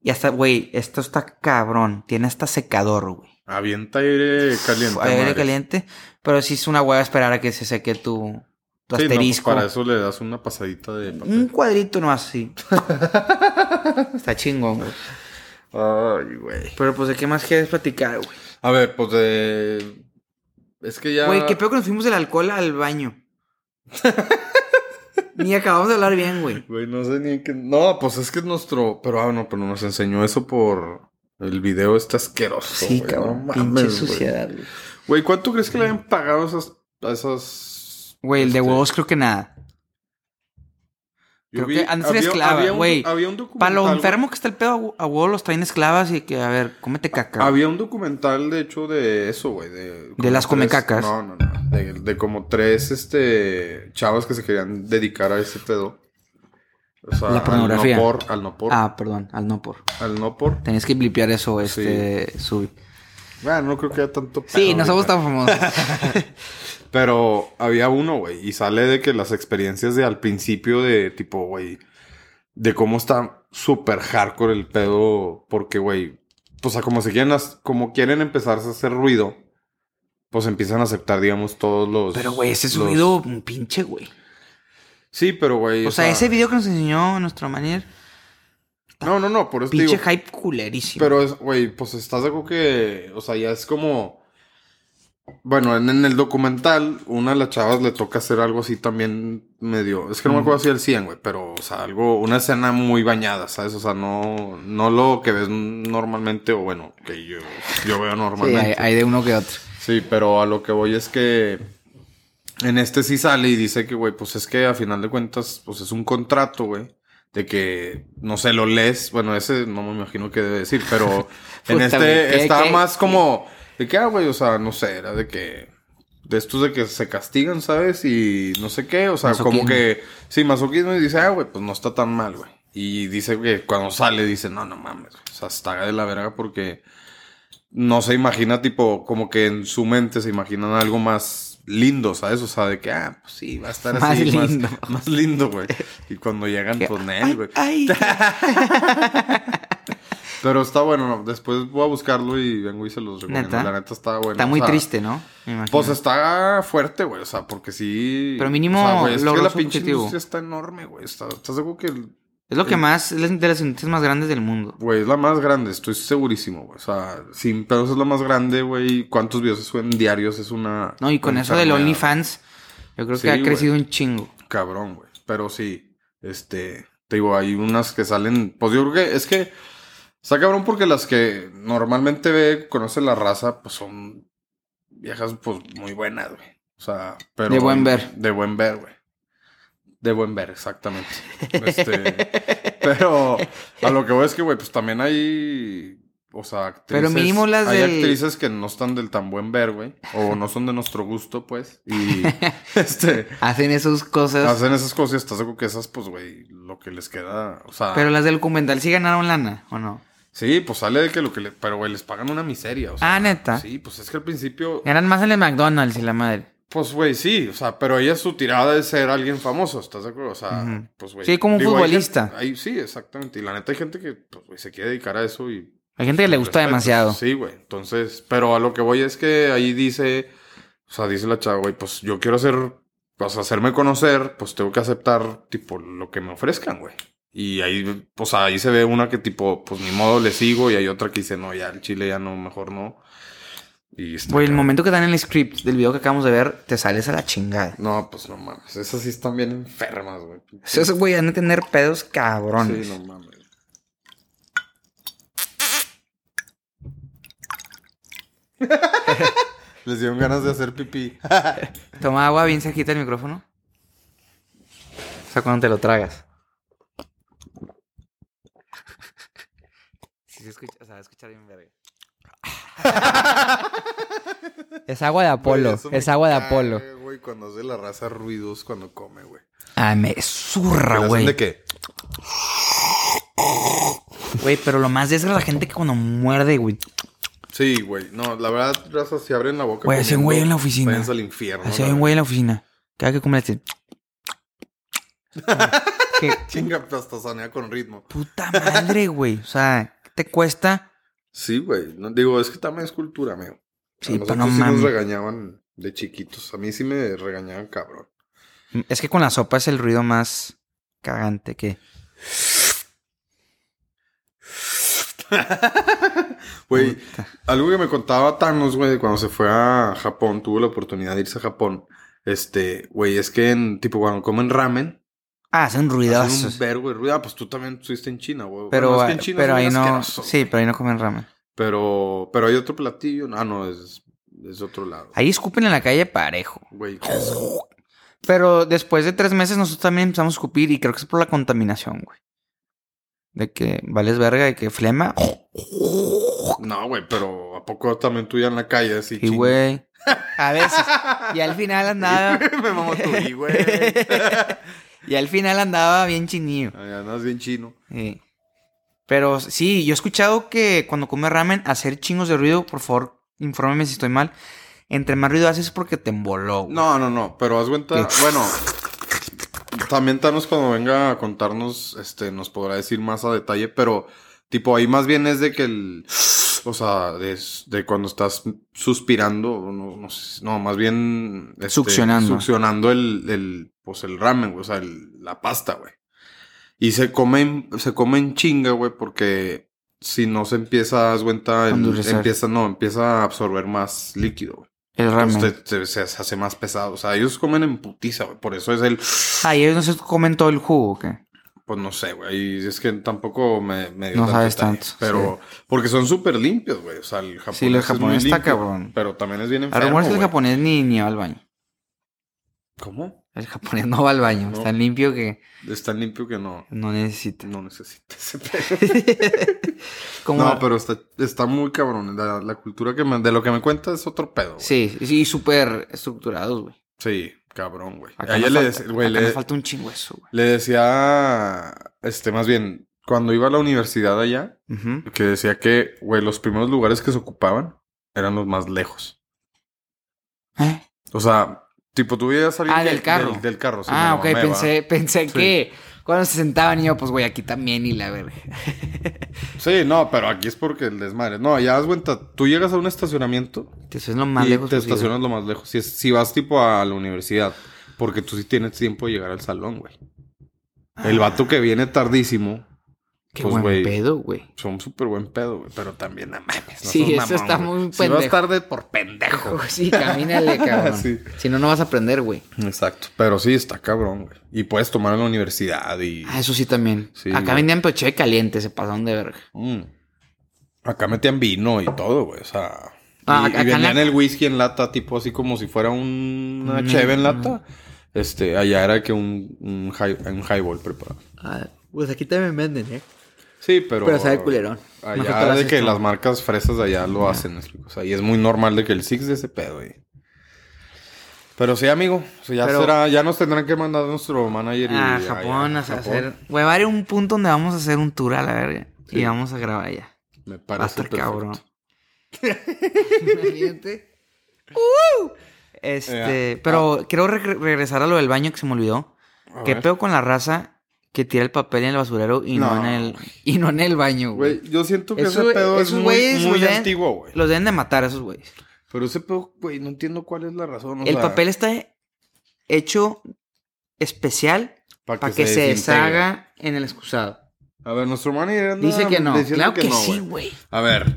S2: Y hasta, güey, esto está cabrón. Tiene hasta secador, güey.
S1: Avienta aire caliente.
S2: Aire
S1: madre.
S2: caliente. Pero sí es una hueva esperar a que se seque tu, tu
S1: Sí, no, pues
S2: asterisco.
S1: para eso le das una pasadita de papel.
S2: Un cuadrito no así. está chingón, güey.
S1: Ay, güey.
S2: Pero pues, ¿de qué más quieres platicar, güey?
S1: A ver, pues de. Es que ya.
S2: Güey, qué peor que nos fuimos del alcohol al baño. Ni acabamos de hablar bien, güey.
S1: Güey, no sé ni en qué. No, pues es que es nuestro. Pero ah, no, pero nos enseñó eso por. El video está asqueroso.
S2: Sí,
S1: güey,
S2: cabrón.
S1: no mames,
S2: pinche
S1: güey.
S2: suciedad, güey.
S1: Güey, ¿cuánto crees que le hayan pagado a esas. A esas...
S2: Güey, el de
S1: este,
S2: huevos creo que nada.
S1: yo
S2: creo que han de ser esclava,
S1: un-
S2: güey.
S1: Había un
S2: Para
S1: documental.
S2: lo
S1: güey.
S2: enfermo que está el pedo, a hu- a huevos los traen esclavas y que, a ver, cómete caca. güey.
S1: Había un documental, de hecho, de eso, güey. De, como
S2: las
S1: tres-
S2: comecacas.
S1: No, no, no. De, de como tres este, chavas que se querían dedicar a ese pedo. O sea,
S2: La pornografía.
S1: Al no por. Al no por.
S2: Ah, perdón, al no por.
S1: Al no por.
S2: Tenías que blipear eso, este, sub.
S1: Bueno, no creo que haya tanto.
S2: Sí,
S1: pedo
S2: no somos
S1: ahorita.
S2: tan famosos.
S1: Pero había uno, güey, y sale de que las experiencias de al principio de tipo, güey, de cómo está súper hardcore el pedo, porque, güey, o sea, como se quieren, as- como quieren empezarse a hacer ruido, pues empiezan a aceptar, digamos, todos los.
S2: Pero, güey, ese
S1: los-
S2: subido un pinche, güey.
S1: Sí, pero, güey.
S2: O sea, ese video que nos enseñó nuestro manier,
S1: No, no, no, por eso te
S2: pinche
S1: digo.
S2: hype culerísimo.
S1: Pero, es- güey, pues estás de acuerdo que. O sea, ya es como. Bueno, en, en el documental, una de las chavas le toca hacer algo así también medio. Es que no me acuerdo si el 100, güey, pero, o sea, algo. Una escena muy bañada, ¿sabes? O sea, no, no lo que ves normalmente, o bueno, que yo, yo veo
S2: Sí, hay,
S1: normalmente.
S2: hay de uno que otro.
S1: Sí, pero a lo que voy es que en este sí sale y dice que, güey, pues es que a final de cuentas, pues es un contrato, güey. De que, no sé, lo lees. Bueno, ese no me imagino qué debe decir, pero en
S2: Puta, güey,
S1: este
S2: ¿qué-
S1: está
S2: qué-
S1: más como... De que, ah, güey, o sea, no sé, era de que... De estos de que se castigan, ¿sabes? Y no sé qué, o sea,
S2: Masoquismo.
S1: como que... Sí, masoquismo y dice, ah, güey, pues no está tan mal, güey. Y dice que cuando sale dice, no, no mames, o sea, está de la verga porque no se imagina, tipo, como que en su mente se imaginan algo más lindo, ¿sabes? O sea, de que, ah, pues sí, va a estar
S2: Más
S1: así.
S2: lindo.
S1: Más, más lindo, güey. Y cuando llegan,
S2: Que-
S1: pues,
S2: ay,
S1: nel, güey.
S2: ay,
S1: Pero está bueno, ¿no? después voy a buscarlo y vengo y se los recomiendo.
S2: ¿Neta?
S1: La neta está bueno.
S2: está
S1: o
S2: muy
S1: sea,
S2: triste, ¿no? Me imagino.
S1: Pues está fuerte, güey. O sea, porque sí.
S2: Pero mínimo
S1: O sea, güey, es que
S2: logró
S1: la
S2: su
S1: pinche
S2: objetivo.
S1: industria está enorme, güey. Está- ¿Estás seguro que el-
S2: es lo que más, es de las industrias más grandes del mundo.
S1: Güey, es la más grande, estoy segurísimo, güey. O sea, sin pedos es la más grande, güey. ¿Cuántos videos se suben diarios? Es una.
S2: No, y con eso del
S1: enfermedad.
S2: OnlyFans, yo creo
S1: Sí,
S2: que ha
S1: güey.
S2: crecido un chingo.
S1: Cabrón, güey. Pero sí, este. Te digo, hay unas que salen. Pues yo creo que es que. Está cabrón porque las que normalmente ve, conoce la raza, pues son viejas, pues muy buenas, güey. O sea, pero.
S2: De buen ver.
S1: De buen ver, güey. De buen ver, exactamente. Este, pero a lo que voy es que, güey, pues también hay. O sea, actrices.
S2: Pero mínimo las
S1: Hay
S2: del-
S1: actrices que no están del tan buen ver, güey. O no son de nuestro gusto, pues. Y. Este.
S2: Hacen esas cosas.
S1: Hacen esas cosas y estás seguro que esas, pues, güey, lo que les queda. O sea,
S2: Pero las del documental sí ganaron lana, ¿o no?
S1: sí, pues sale de que lo que le. Pero, güey, les pagan una miseria. O sea,
S2: Ah, ¿neta?
S1: Sí, pues es que al principio.
S2: Ganan más en el McDonald's y la madre.
S1: Pues, güey, sí. O sea, pero ella su tirada es ser alguien famoso, ¿estás de acuerdo? O sea,
S2: Ujú.
S1: pues, güey.
S2: Sí, como un
S1: digo, hay
S2: futbolista.
S1: gente- hay- sí, exactamente. Y la neta hay gente que, pues, güey, se quiere dedicar a eso y
S2: Hay gente que le gusta
S1: Respeto.
S2: demasiado.
S1: Sí, güey. Entonces, pero a lo que voy es que ahí dice, o sea, dice la chava, güey, pues yo quiero hacer, pues hacerme conocer, pues tengo que aceptar, tipo, lo que me ofrezcan, güey. Y ahí, pues ahí se ve una que, tipo, pues ni modo le sigo, y hay otra que dice, no, ya el chile ya no, mejor no. Y está
S2: Güey, el
S1: cabrón.
S2: momento que dan el script del video que acabamos de ver, te sales a la chingada.
S1: No, pues no mames. Esas sí están bien enfermas, güey.
S2: Esos güey han de tener pedos cabrones.
S1: Sí, no mames. Les dieron ganas de hacer pipí.
S2: Toma agua bien cerquita el micrófono. O sea, cuando te lo tragas. Sí, se escucha, o sea, escuchar bien verga.
S5: Es agua de Apolo.
S1: Güey, eso me
S5: es agua de
S1: caga,
S5: Apolo.
S1: Güey, cuando hace la raza ruidos cuando come, güey.
S2: Ah, me zurra,
S1: ¿Le hacen
S2: güey.
S1: ¿De qué?
S2: Güey, pero lo más desgra es la gente que cuando muerde, güey.
S1: Sí, güey. No, la verdad, raza, si abren la boca.
S2: Güey, hacía
S1: comiendo,
S2: un güey en la oficina.
S1: váyanse al infierno.
S2: Así
S1: la
S2: hay un
S1: verdad.
S2: güey en la oficina. Cada que come le hace- Que
S1: Chinga, hasta sanea con ritmo.
S2: puta madre, güey. O sea, ¿qué te cuesta?
S1: Sí, güey. No, digo, es que también es cultura, amigo.
S2: Sí,
S1: A
S2: pero
S1: nosotros
S2: no
S1: sí
S2: mames.
S1: nos regañaban de chiquitos. A mí sí me regañaban, cabrón.
S2: Mm, Es que con la sopa es el ruido más cagante que.
S1: Güey, algo que me contaba Thanos, güey, cuando se fue a Japón, tuvo la oportunidad de irse a Japón. Este, güey, es que en, tipo, cuando comen ramen,
S2: Ah, hacen
S1: hacen
S2: ruidazos.
S1: un vergo de ruido. Ah, pues tú también estuviste en China, güey.
S2: Pero,
S1: Bueno, es que en
S2: ah,
S1: China
S2: pero
S1: es
S2: ahí
S1: bien
S2: no.
S1: asqueroso.
S2: Sí, pero ahí no comen ramen.
S1: Pero, pero hay otro platillo. Ah, no, es, es otro lado.
S2: Ahí escupen en la calle parejo.
S1: Güey, qué asco.
S2: Pero después de tres meses nosotros también empezamos a escupir y creo que es por la contaminación, güey. De que vales verga, de que flema.
S1: no, güey, pero ¿a poco también tú ya en la calle así?
S2: Y
S1: chinga?
S2: güey. A veces. Y al final andaba.
S1: me mamó tu y, güey.
S2: Y al final andaba bien chinillo.
S1: Andas bien chino.
S2: Sí. Pero sí, yo he escuchado que cuando comes ramen, hacer chingos de ruido, por favor, infórmeme si estoy mal. Entre más ruido haces es porque te emboló. güey.
S1: No, no, no. Pero haz cuenta.
S2: ¿Qué?
S1: Bueno. También Thanos cuando venga a contarnos, este, nos podrá decir más a detalle, pero tipo ahí más bien es de que el, o sea, de, de cuando estás suspirando, o no, no, sé, no, más bien este,
S2: Succionando.
S1: succionando el, el, pues el ramen, güey, o sea, el- la pasta, güey. Y se comen, se comen chinga, güey, porque si no se empieza, haz cuenta, el-
S2: Endurecer.
S1: empieza, no, empieza a absorber más líquido, güey.
S2: El ramen.
S1: Entonces, te- te- se, se hace más pesado. O sea, ellos comen en putiza, güey. Por eso es el.
S2: Ah, y ellos no se comen todo el jugo, ¿o ¿qué?
S1: Pues no sé, güey. Y Es que tampoco me, me dio
S2: No
S1: tanto
S2: sabes
S1: detalle.
S2: tanto,
S1: Pero. Porque son súper limpios, güey. O sea, el japonés.
S2: el
S1: es muy
S2: japonés está
S1: limpio,
S2: cabrón.
S1: Pero también es bien
S2: A
S1: enfermo.
S2: rumores que el
S1: güey.
S2: japonés ni, ni va al baño.
S1: ¿Cómo?
S2: El japonés no va al baño.
S1: No.
S2: Es tan limpio que
S1: Es tan limpio que no.
S2: no necesita.
S1: No necesita ese pedo.
S2: Como-
S1: No, pero está, está muy cabrón. La, la cultura que me- de lo que me cuenta es otro pedo. güey.
S2: Sí, sí, súper estructurados, güey.
S1: Sí, cabrón, güey.
S2: Acá,
S1: Ayer
S2: nos,
S1: le,
S2: falta,
S1: dec- güey,
S2: acá
S1: le-
S2: nos falta un chingo eso, güey.
S1: le decía. Este, más bien, cuando iba a la universidad allá.
S2: Ujú.
S1: que decía que, güey, los primeros lugares que se ocupaban eran los más lejos.
S2: ¿Eh?
S1: O sea, tipo, tú ibas a alguien
S2: Ah,
S1: que-
S2: del carro.
S1: Del, del carro, sí,
S2: ah,
S1: me
S2: ok,
S1: mamé,
S2: pensé, pensé
S1: Sí.
S2: que cuando se sentaban y yo, pues, güey, aquí también y la verga.
S1: ¿va? Sí, no, pero aquí es porque el desmadre. No, ya das cuenta, tú llegas a un estacionamiento
S2: Te es lo más
S1: y
S2: lejos
S1: te
S2: posible.
S1: estacionas lo más lejos. Si, es- si vas, tipo, a la universidad, porque tú sí tienes tiempo de llegar al salón, güey. El
S2: Ah.
S1: vato que viene tardísimo
S2: Qué
S1: pues,
S2: buen
S1: güey.
S2: pedo, güey.
S1: son súper buen pedo, güey, pero también a mames.
S2: Sí,
S1: seas
S2: eso está
S1: güey.
S2: muy
S1: Si vas
S2: pendejo.
S1: tarde, por pendejo. güey.
S2: Sí, camínale, cabrón.
S1: Sí.
S2: Si no, no vas a aprender, güey.
S1: Exacto. Pero sí, está cabrón, güey. Y puedes tomar en la universidad y...
S2: Ah, eso sí también.
S1: Sí,
S2: Acá
S1: güey.
S2: vendían peche caliente, se pasaron de verga.
S1: Mm. Acá metían vino y todo, güey. O sea...
S2: Ah,
S1: y,
S2: acá
S1: y
S2: en
S1: vendían
S2: la-
S1: el whisky en lata, tipo así como si fuera un- una
S2: Mm.
S1: cheve en lata. Este, allá era que un, un, high, un highball preparado.
S2: pues aquí también venden, ¿eh?
S1: Sí, pero...
S2: Pero sabe culerón. Mejor te
S1: Allá
S2: lo
S1: de
S2: haces
S1: que
S2: tú.
S1: las marcas fresas de allá lo hacen, ¿me explico? O sea, y es muy normal de que el Six de ese pedo, güey. Pero sí, amigo. O sea, ya,
S2: Pero-
S1: será, ya nos tendrán que mandar nuestro manager y...
S2: A
S1: allá,
S2: Japón, a hacer.
S1: Japón.
S2: Güey, va a haber un punto donde vamos a hacer un tour a la verga. Y vamos a grabar allá.
S1: Me
S2: Va a
S1: parece
S2: estar
S1: perfecto.
S2: cabrón. Imagínate. ¡Uh!
S1: Eh,
S2: Este, pero quiero re- regresar a lo del baño que se me olvidó.
S1: ah. A
S2: ¿Qué
S1: ver.
S2: pedo con la raza que tira el papel en el basurero y no,
S1: No,
S2: en el y no en el baño, güey?
S1: Güey, yo siento que
S2: Esos
S1: ese
S2: güey-
S1: pedo es
S2: esos
S1: muy,
S2: güeyes
S1: muy
S2: los deben-
S1: antiguo, güey.
S2: Los deben de matar a esos güeyes.
S1: Pero ese pedo, güey, no entiendo cuál es la razón. o
S2: el
S1: sea,
S2: papel está hecho especial
S1: pa'
S2: para que, se,
S1: desintegre.
S2: deshaga en el excusado.
S1: A ver, nuestro manager anda
S2: Dice que no.
S1: diciendo
S2: Claro que,
S1: no,
S2: sí, güey.
S1: A ver,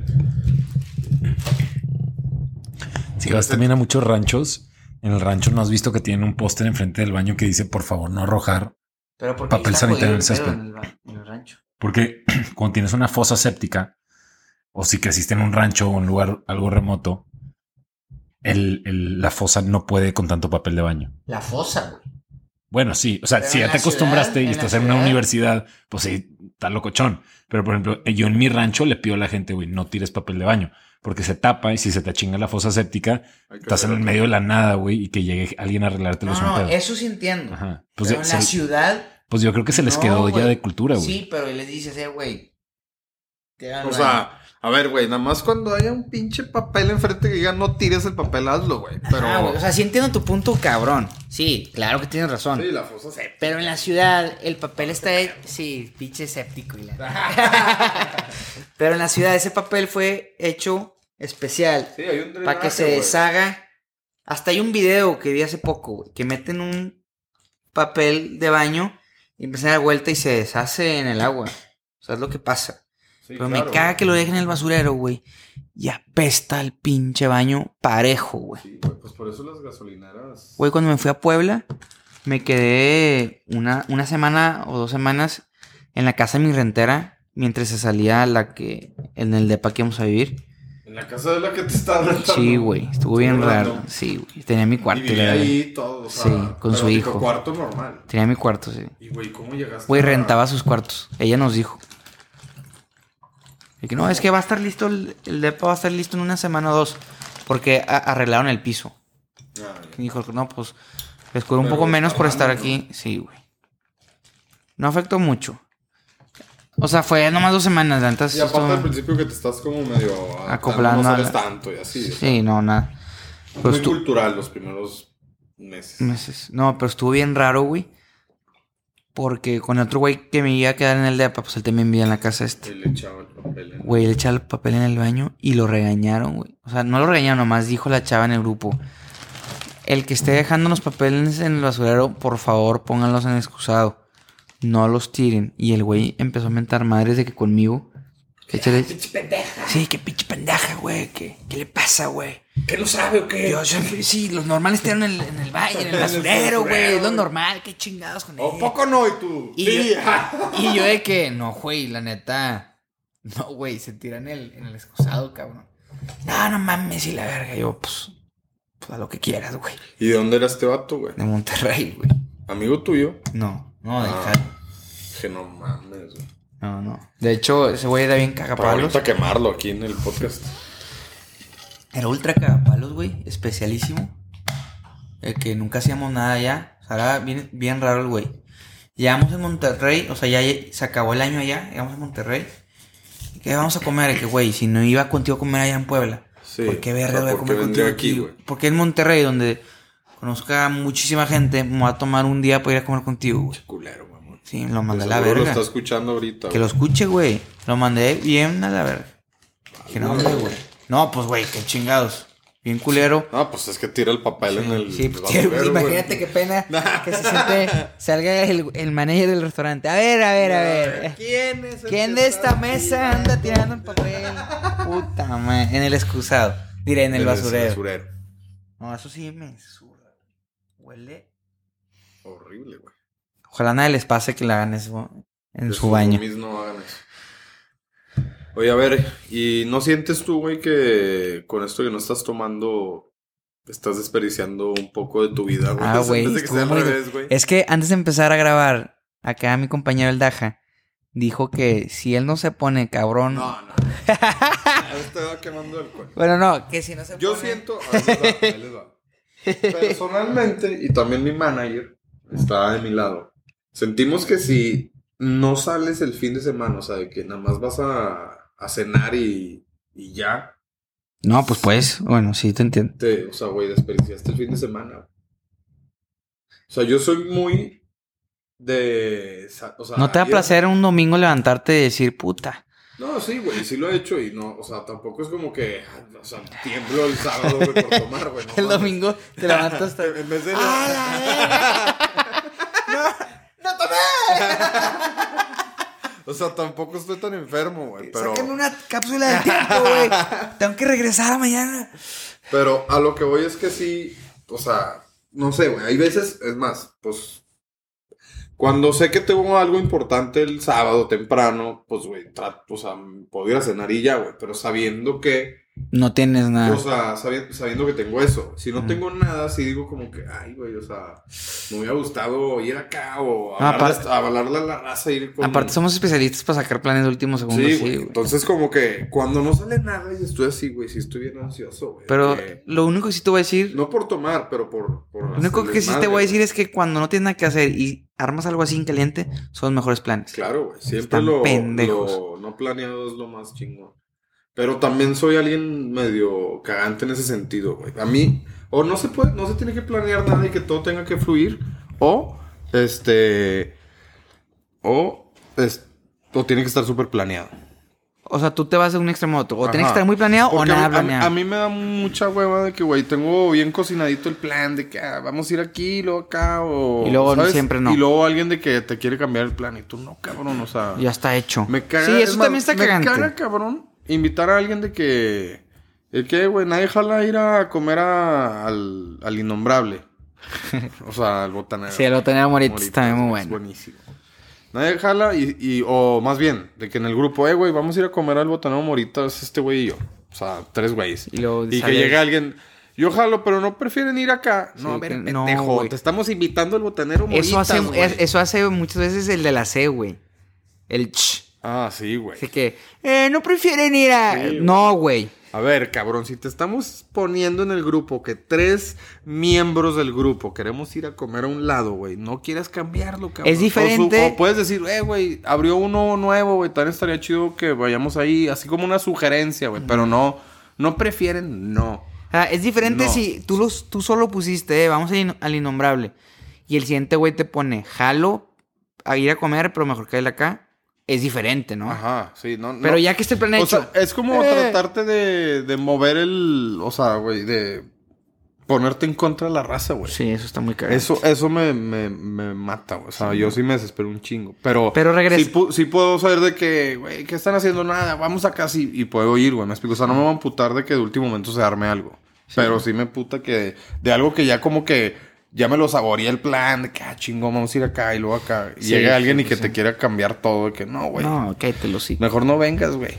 S4: Si vas también a muchos ranchos, en el rancho no has visto que tienen un póster enfrente del baño que dice, por favor, no arrojar.
S2: Pero porque
S4: Papel
S2: está jodido
S4: sanitario en el
S2: el pedo
S4: césped.
S2: el ba- en el rancho.
S4: Porque cuando tienes una fosa séptica, o si creciste en un rancho o en un lugar algo remoto, el- el- la fosa no puede con tanto papel de baño.
S2: La fosa, güey.
S4: Bueno, sí, o sea,
S2: Pero
S4: si
S2: en
S4: ya
S2: la
S4: te acostumbraste
S2: ciudad, en
S4: y
S2: la
S4: estás en una
S2: ciudad.
S4: universidad, pues sí, está locochón. Pero por ejemplo, yo en mi rancho le pido a la gente, güey, no tires papel de baño, porque se tapa y si se te chinga la fosa séptica, estás en el medio de la nada, güey, y que llegue alguien a arreglártelo
S2: No,
S4: es un
S2: no,
S4: pedo.
S2: eso sí entiendo.
S4: Ajá. Pues,
S2: Pero en
S4: se-
S2: la ciudad.
S4: pues yo creo que se les
S2: no,
S4: quedó ya
S2: güey.
S4: de cultura, güey.
S2: Sí, pero les dices, eh, güey. te van
S1: o
S2: al baño.
S1: sea, a ver, güey, nada más cuando haya un pinche papel enfrente que diga no tires el papel, hazlo, güey. Pero.
S2: Ah, güey, o sea, sí entiendo tu punto, cabrón. Sí, claro que tienes razón.
S1: sí, la fosa se.
S2: Pero en la ciudad el papel está hecho... Sí, pinche séptico. Y la... Pero en la ciudad ese papel fue hecho especial
S1: Sí, hay un drenaje.
S2: para que se
S1: güey.
S2: deshaga. Hasta hay un video que vi hace poco, güey, que meten un papel de baño y empiezan a dar vuelta y se deshace en el agua. O sea, es lo que pasa.
S1: Sí,
S2: Pero
S1: claro,
S2: me caga
S1: güey.
S2: que lo dejen en el basurero, güey. Y apesta el pinche baño parejo, güey.
S1: Sí, güey, pues por eso las gasolineras.
S2: Güey, cuando me fui a Puebla, me quedé una, una semana o dos semanas en la casa de mi rentera mientras se salía la que en el depa que íbamos a vivir.
S1: En la casa de la que te estás rentando.
S2: Sí, güey, estuvo
S1: Estuvo
S2: bien
S1: raro.
S2: raro. Sí, güey, tenía mi
S1: Y
S2: cuarto. y la
S1: vivía
S2: verga.
S1: ahí todo, o sea,
S2: Sí, con
S1: pero
S2: su
S1: tipo
S2: hijo.
S1: cuarto normal.
S2: Tenía mi cuarto, sí.
S1: Y, güey, ¿cómo llegaste?
S2: Güey,
S1: a-
S2: rentaba sus cuartos. Ella nos dijo. Y que no, es que va a estar listo, el, el depa va a estar listo en una semana o dos. Porque a- arreglaron el piso.
S1: Ah, ya.
S2: Y dijo, no, pues les cobro un
S1: Pero
S2: poco menos por
S1: está
S2: estar
S1: barato,
S2: aquí. Sí, güey. No afectó mucho. O sea, fue nomás dos semanas antes.
S1: Y aparte al principio que te estás como medio... a-
S2: Acoplando
S1: No
S2: a
S1: sabes
S2: la-
S1: tanto y así. o sea,
S2: Sí, pues no, nada. Pero
S1: Muy
S2: estu-
S1: cultural los primeros meses.
S2: meses. No, pero estuvo bien raro, güey. Porque con el otro güey que me iba a quedar en el depa, pues él también vivía en la casa esta.
S1: Y le echaba el papel. en-
S2: Güey, él echaba el papel en el baño y lo regañaron, güey. O sea, no lo regañaron, nomás dijo la chava en el grupo. El que esté dejando los papeles en el basurero, por favor, pónganlos en excusado. No los tiren. Y el güey empezó a mentar madres de que conmigo. Que échale- Sí, qué pinche pendeja, güey. ¿Qué, qué le pasa, güey?
S1: ¿Qué lo sabe o qué?
S2: Yo siempre- sí, los normales están en el, en el baño, en el basurero, güey. Es lo normal, qué chingados con
S1: ¿O
S2: él.
S1: poco no? Y tú.
S2: Y,
S1: sí.
S2: yo, y yo de que, no, güey, la neta. No, güey, se tira en el, en el excusado, cabrón. No, no mames, y la verga. Yo, pues, pues a lo que quieras, güey.
S1: ¿Y de dónde era este vato, güey?
S2: De Monterrey, güey.
S1: Amigo tuyo.
S2: No, no, de
S1: Ah.
S2: Jal-
S1: Dije, no mames, güey.
S2: No, no. De hecho, ese güey era bien
S1: Para
S2: cagapalos.
S1: ahorita quemarlo aquí en el podcast.
S2: Era ultra cagapalos, güey. Especialísimo. El que nunca hacíamos nada allá. O sea, era bien, bien raro el güey. Llegamos en Monterrey, o sea, ya se acabó el año allá. Llegamos a Monterrey. ¿Y ¿Qué vamos a comer? Y Que güey, si no iba contigo a comer allá en Puebla.
S1: Sí.
S2: ¿Por qué
S1: O
S2: verga
S1: sea,
S2: voy a
S1: ¿por
S2: comer
S1: qué
S2: contigo
S1: vendría
S2: aquí,
S1: aquí,
S2: güey?
S1: güey?
S2: Porque en Monterrey, donde conozca a muchísima gente, me voy a tomar un día para ir a comer contigo, güey.
S1: Culero, mamón.
S2: Sí, lo mandé a
S1: De
S2: la
S1: Pues, seguro lo
S2: verga.
S1: está escuchando ahorita.
S2: Que lo escuche, güey. Lo mandé bien a la verga. Que no, hombre, güey. No, pues, güey, qué chingados. Bien culero.
S1: No, pues es que tira el papel en el.
S2: Sí,
S1: el
S2: sí,
S1: basurero,
S2: imagínate
S1: güey.
S2: qué pena que se siente, salga el, el manager del restaurante. A ver, a ver, a ver.
S1: ¿Quién es? este el
S2: ¿Quién
S1: que está
S2: de esta
S1: aquí?
S2: mesa anda tirando el papel? Puta madre. En el excusado. Diré, en el basurero. No, eso sí me zurra. Huele.
S1: Horrible, güey.
S2: Ojalá nada les pase que la hagan eso en
S1: Que
S2: su
S1: sus
S2: baño.
S1: roomies no hagan eso. Oye, a ver, ¿y no sientes tú, güey, que con esto que no estás tomando, estás desperdiciando un poco de tu vida, güey?
S2: Ah,
S1: O sea,
S2: güey,
S1: antes de que
S2: estuvo
S1: sea al
S2: muy-
S1: revés, güey.
S2: Es que antes de empezar a grabar, acá mi compañero el Daja dijo que si él no se pone cabrón.
S1: No, no. no. Ahora te va quemando el cuerpo.
S2: Bueno, no, que si no se
S1: Yo
S2: pone.
S1: siento. ahí les va, ahí les va. Personalmente, y también mi manager está de mi lado. Sentimos que si no sales el fin de semana, o sea, de que nada más vas a, a cenar y, y ya,
S2: No, pues pues, bueno, sí te entiendo.
S1: te, o sea, güey, desperdiciaste el fin de semana. O sea, yo soy muy de. sa- O sea,
S2: No te da
S1: ir-
S2: placer un domingo levantarte y decir, puta.
S1: No, sí, güey, sí lo he hecho y no, o sea, tampoco es como que, ah, o sea, tiemblo el sábado, güey, por tomar, güey. no
S2: El
S1: mames.
S2: domingo te levantas. Ah,
S1: En en vez de.
S2: ¡No tomé!
S1: O sea, tampoco estoy tan enfermo, güey. Pero,
S2: Sáquenme una cápsula del tiempo, güey. Tengo que regresar mañana.
S1: pero a lo que voy es que sí. O sea, no sé, güey. Hay veces, es más, pues. Cuando sé que tengo algo importante el sábado temprano, pues, güey, trato, o sea, puedo ir a cenar y ya, güey. Pero sabiendo que.
S2: No tienes nada.
S1: O sea, sabi- sabiendo que tengo eso. Si no
S2: Ujú.
S1: tengo nada, sí digo como que, ay, güey, o sea, me hubiera gustado ir acá o
S2: Ah,
S1: hablarle,
S2: aparte-
S1: a hablarle a la raza. Ir con...
S2: Aparte, somos especialistas para sacar planes de último segundo.
S1: Sí,
S2: Sí,
S1: güey.
S2: güey.
S1: Entonces, como que cuando no sale nada, y estoy así, güey, sí estoy bien ansioso, güey.
S2: Pero
S1: que-
S2: lo único que sí te voy a decir
S1: No por tomar, pero por. por
S2: Lo único
S1: hacer
S2: que sí te
S1: desmadre,
S2: voy a decir
S1: güey.
S2: es que cuando no tienes nada que hacer y armas algo así en caliente, son los mejores planes.
S1: Claro, güey. Siempre
S2: Están
S1: lo,
S2: pendejos.
S1: lo no planeado es lo más chingón. Pero también soy alguien medio cagante en ese sentido, güey. A mí, o no se puede, no se tiene que planear nada y que todo tenga que fluir, o este. O, es- o tiene que estar súper planeado.
S2: O sea, tú te vas de un extremo a otro. O tienes que
S1: Ajá.
S2: estar muy planeado Ah, o
S1: Porque
S2: nada
S1: a mí- a mí-
S2: planeado.
S1: A, mí me da mucha hueva de que, güey, tengo bien cocinadito el plan de que ah, vamos a ir aquí, y luego acá o...
S2: Y luego siempre no.
S1: Y luego alguien de que te quiere cambiar el plan y tú no, cabrón, o sea...
S2: Ya está hecho.
S1: Me caga...
S2: sí,
S1: es
S2: eso
S1: más,
S2: también está cagante.
S1: Me caga, cabrón, invitar a alguien de que... ¿De que, güey? Nadie jala ir a comer a- al, al innombrable. o sea, al botanero.
S2: Sí, lo tenía Moritz
S1: Moritas,
S2: también muy
S1: es
S2: bueno.
S1: Buenísimo. Nadie jala y, y- o más bien, de que en el grupo, eh, güey, vamos a ir a comer al botanero Moritas este güey y yo. O sea, tres güeyes.
S2: Y luego
S1: Y que
S2: sales-
S1: llega alguien, yo jalo, pero no prefieren ir acá. No,
S2: Sí,
S1: a ver,
S2: que- no,
S1: pendejo,
S2: güey.
S1: te estamos invitando al botanero Moritas,
S2: Eso hace,
S1: güey.
S2: es- eso hace muchas veces el de la C, güey. El ch.
S1: Ah, sí, güey.
S2: Así que, eh, no prefieren ir a.
S1: Sí, güey.
S2: no, güey.
S1: A ver, cabrón, si te estamos poniendo en el grupo que tres miembros del grupo queremos ir a comer a un lado, güey, no quieras cambiarlo, cabrón.
S2: Es diferente.
S1: O, su- o puedes decir, eh, güey, abrió uno nuevo, güey, también estaría chido que vayamos ahí, así como una sugerencia, güey, pero no, no prefieren, no.
S2: Ah, es diferente
S1: No.
S2: si tú, los, tú solo pusiste, eh, vamos al, in- al innombrable. Y el siguiente güey te pone, jalo a ir a comer, pero mejor caerle acá. Es diferente, ¿no?
S1: Ajá, sí, no.
S2: Pero
S1: no.
S2: ya que esté el plan hecho.
S1: O sea, es como
S2: Eh.
S1: tratarte de, de mover el, o sea, güey, de ponerte en contra de la raza, güey.
S2: sí, eso está muy caro.
S1: Eso, eso me, me, me mata, güey. O sea, yo sí me desespero un chingo. Pero,
S2: Pero regresa.
S1: Sí, pu- sí puedo saber de que, güey, que están haciendo nada, vamos acá sí, y puedo ir, güey. Me explico. O sea, no me va a amputar de que de último momento se arme algo. Pero sí me puta que de algo que ya como que ya me lo saboreé el plan, de que, ah, chingón, vamos a ir acá y luego acá. Y
S2: Sí,
S1: llega alguien
S2: sí,
S1: y que
S2: sí.
S1: te quiera cambiar todo, de que no, güey.
S2: No, cállate, los sí.
S1: Mejor no vengas, güey.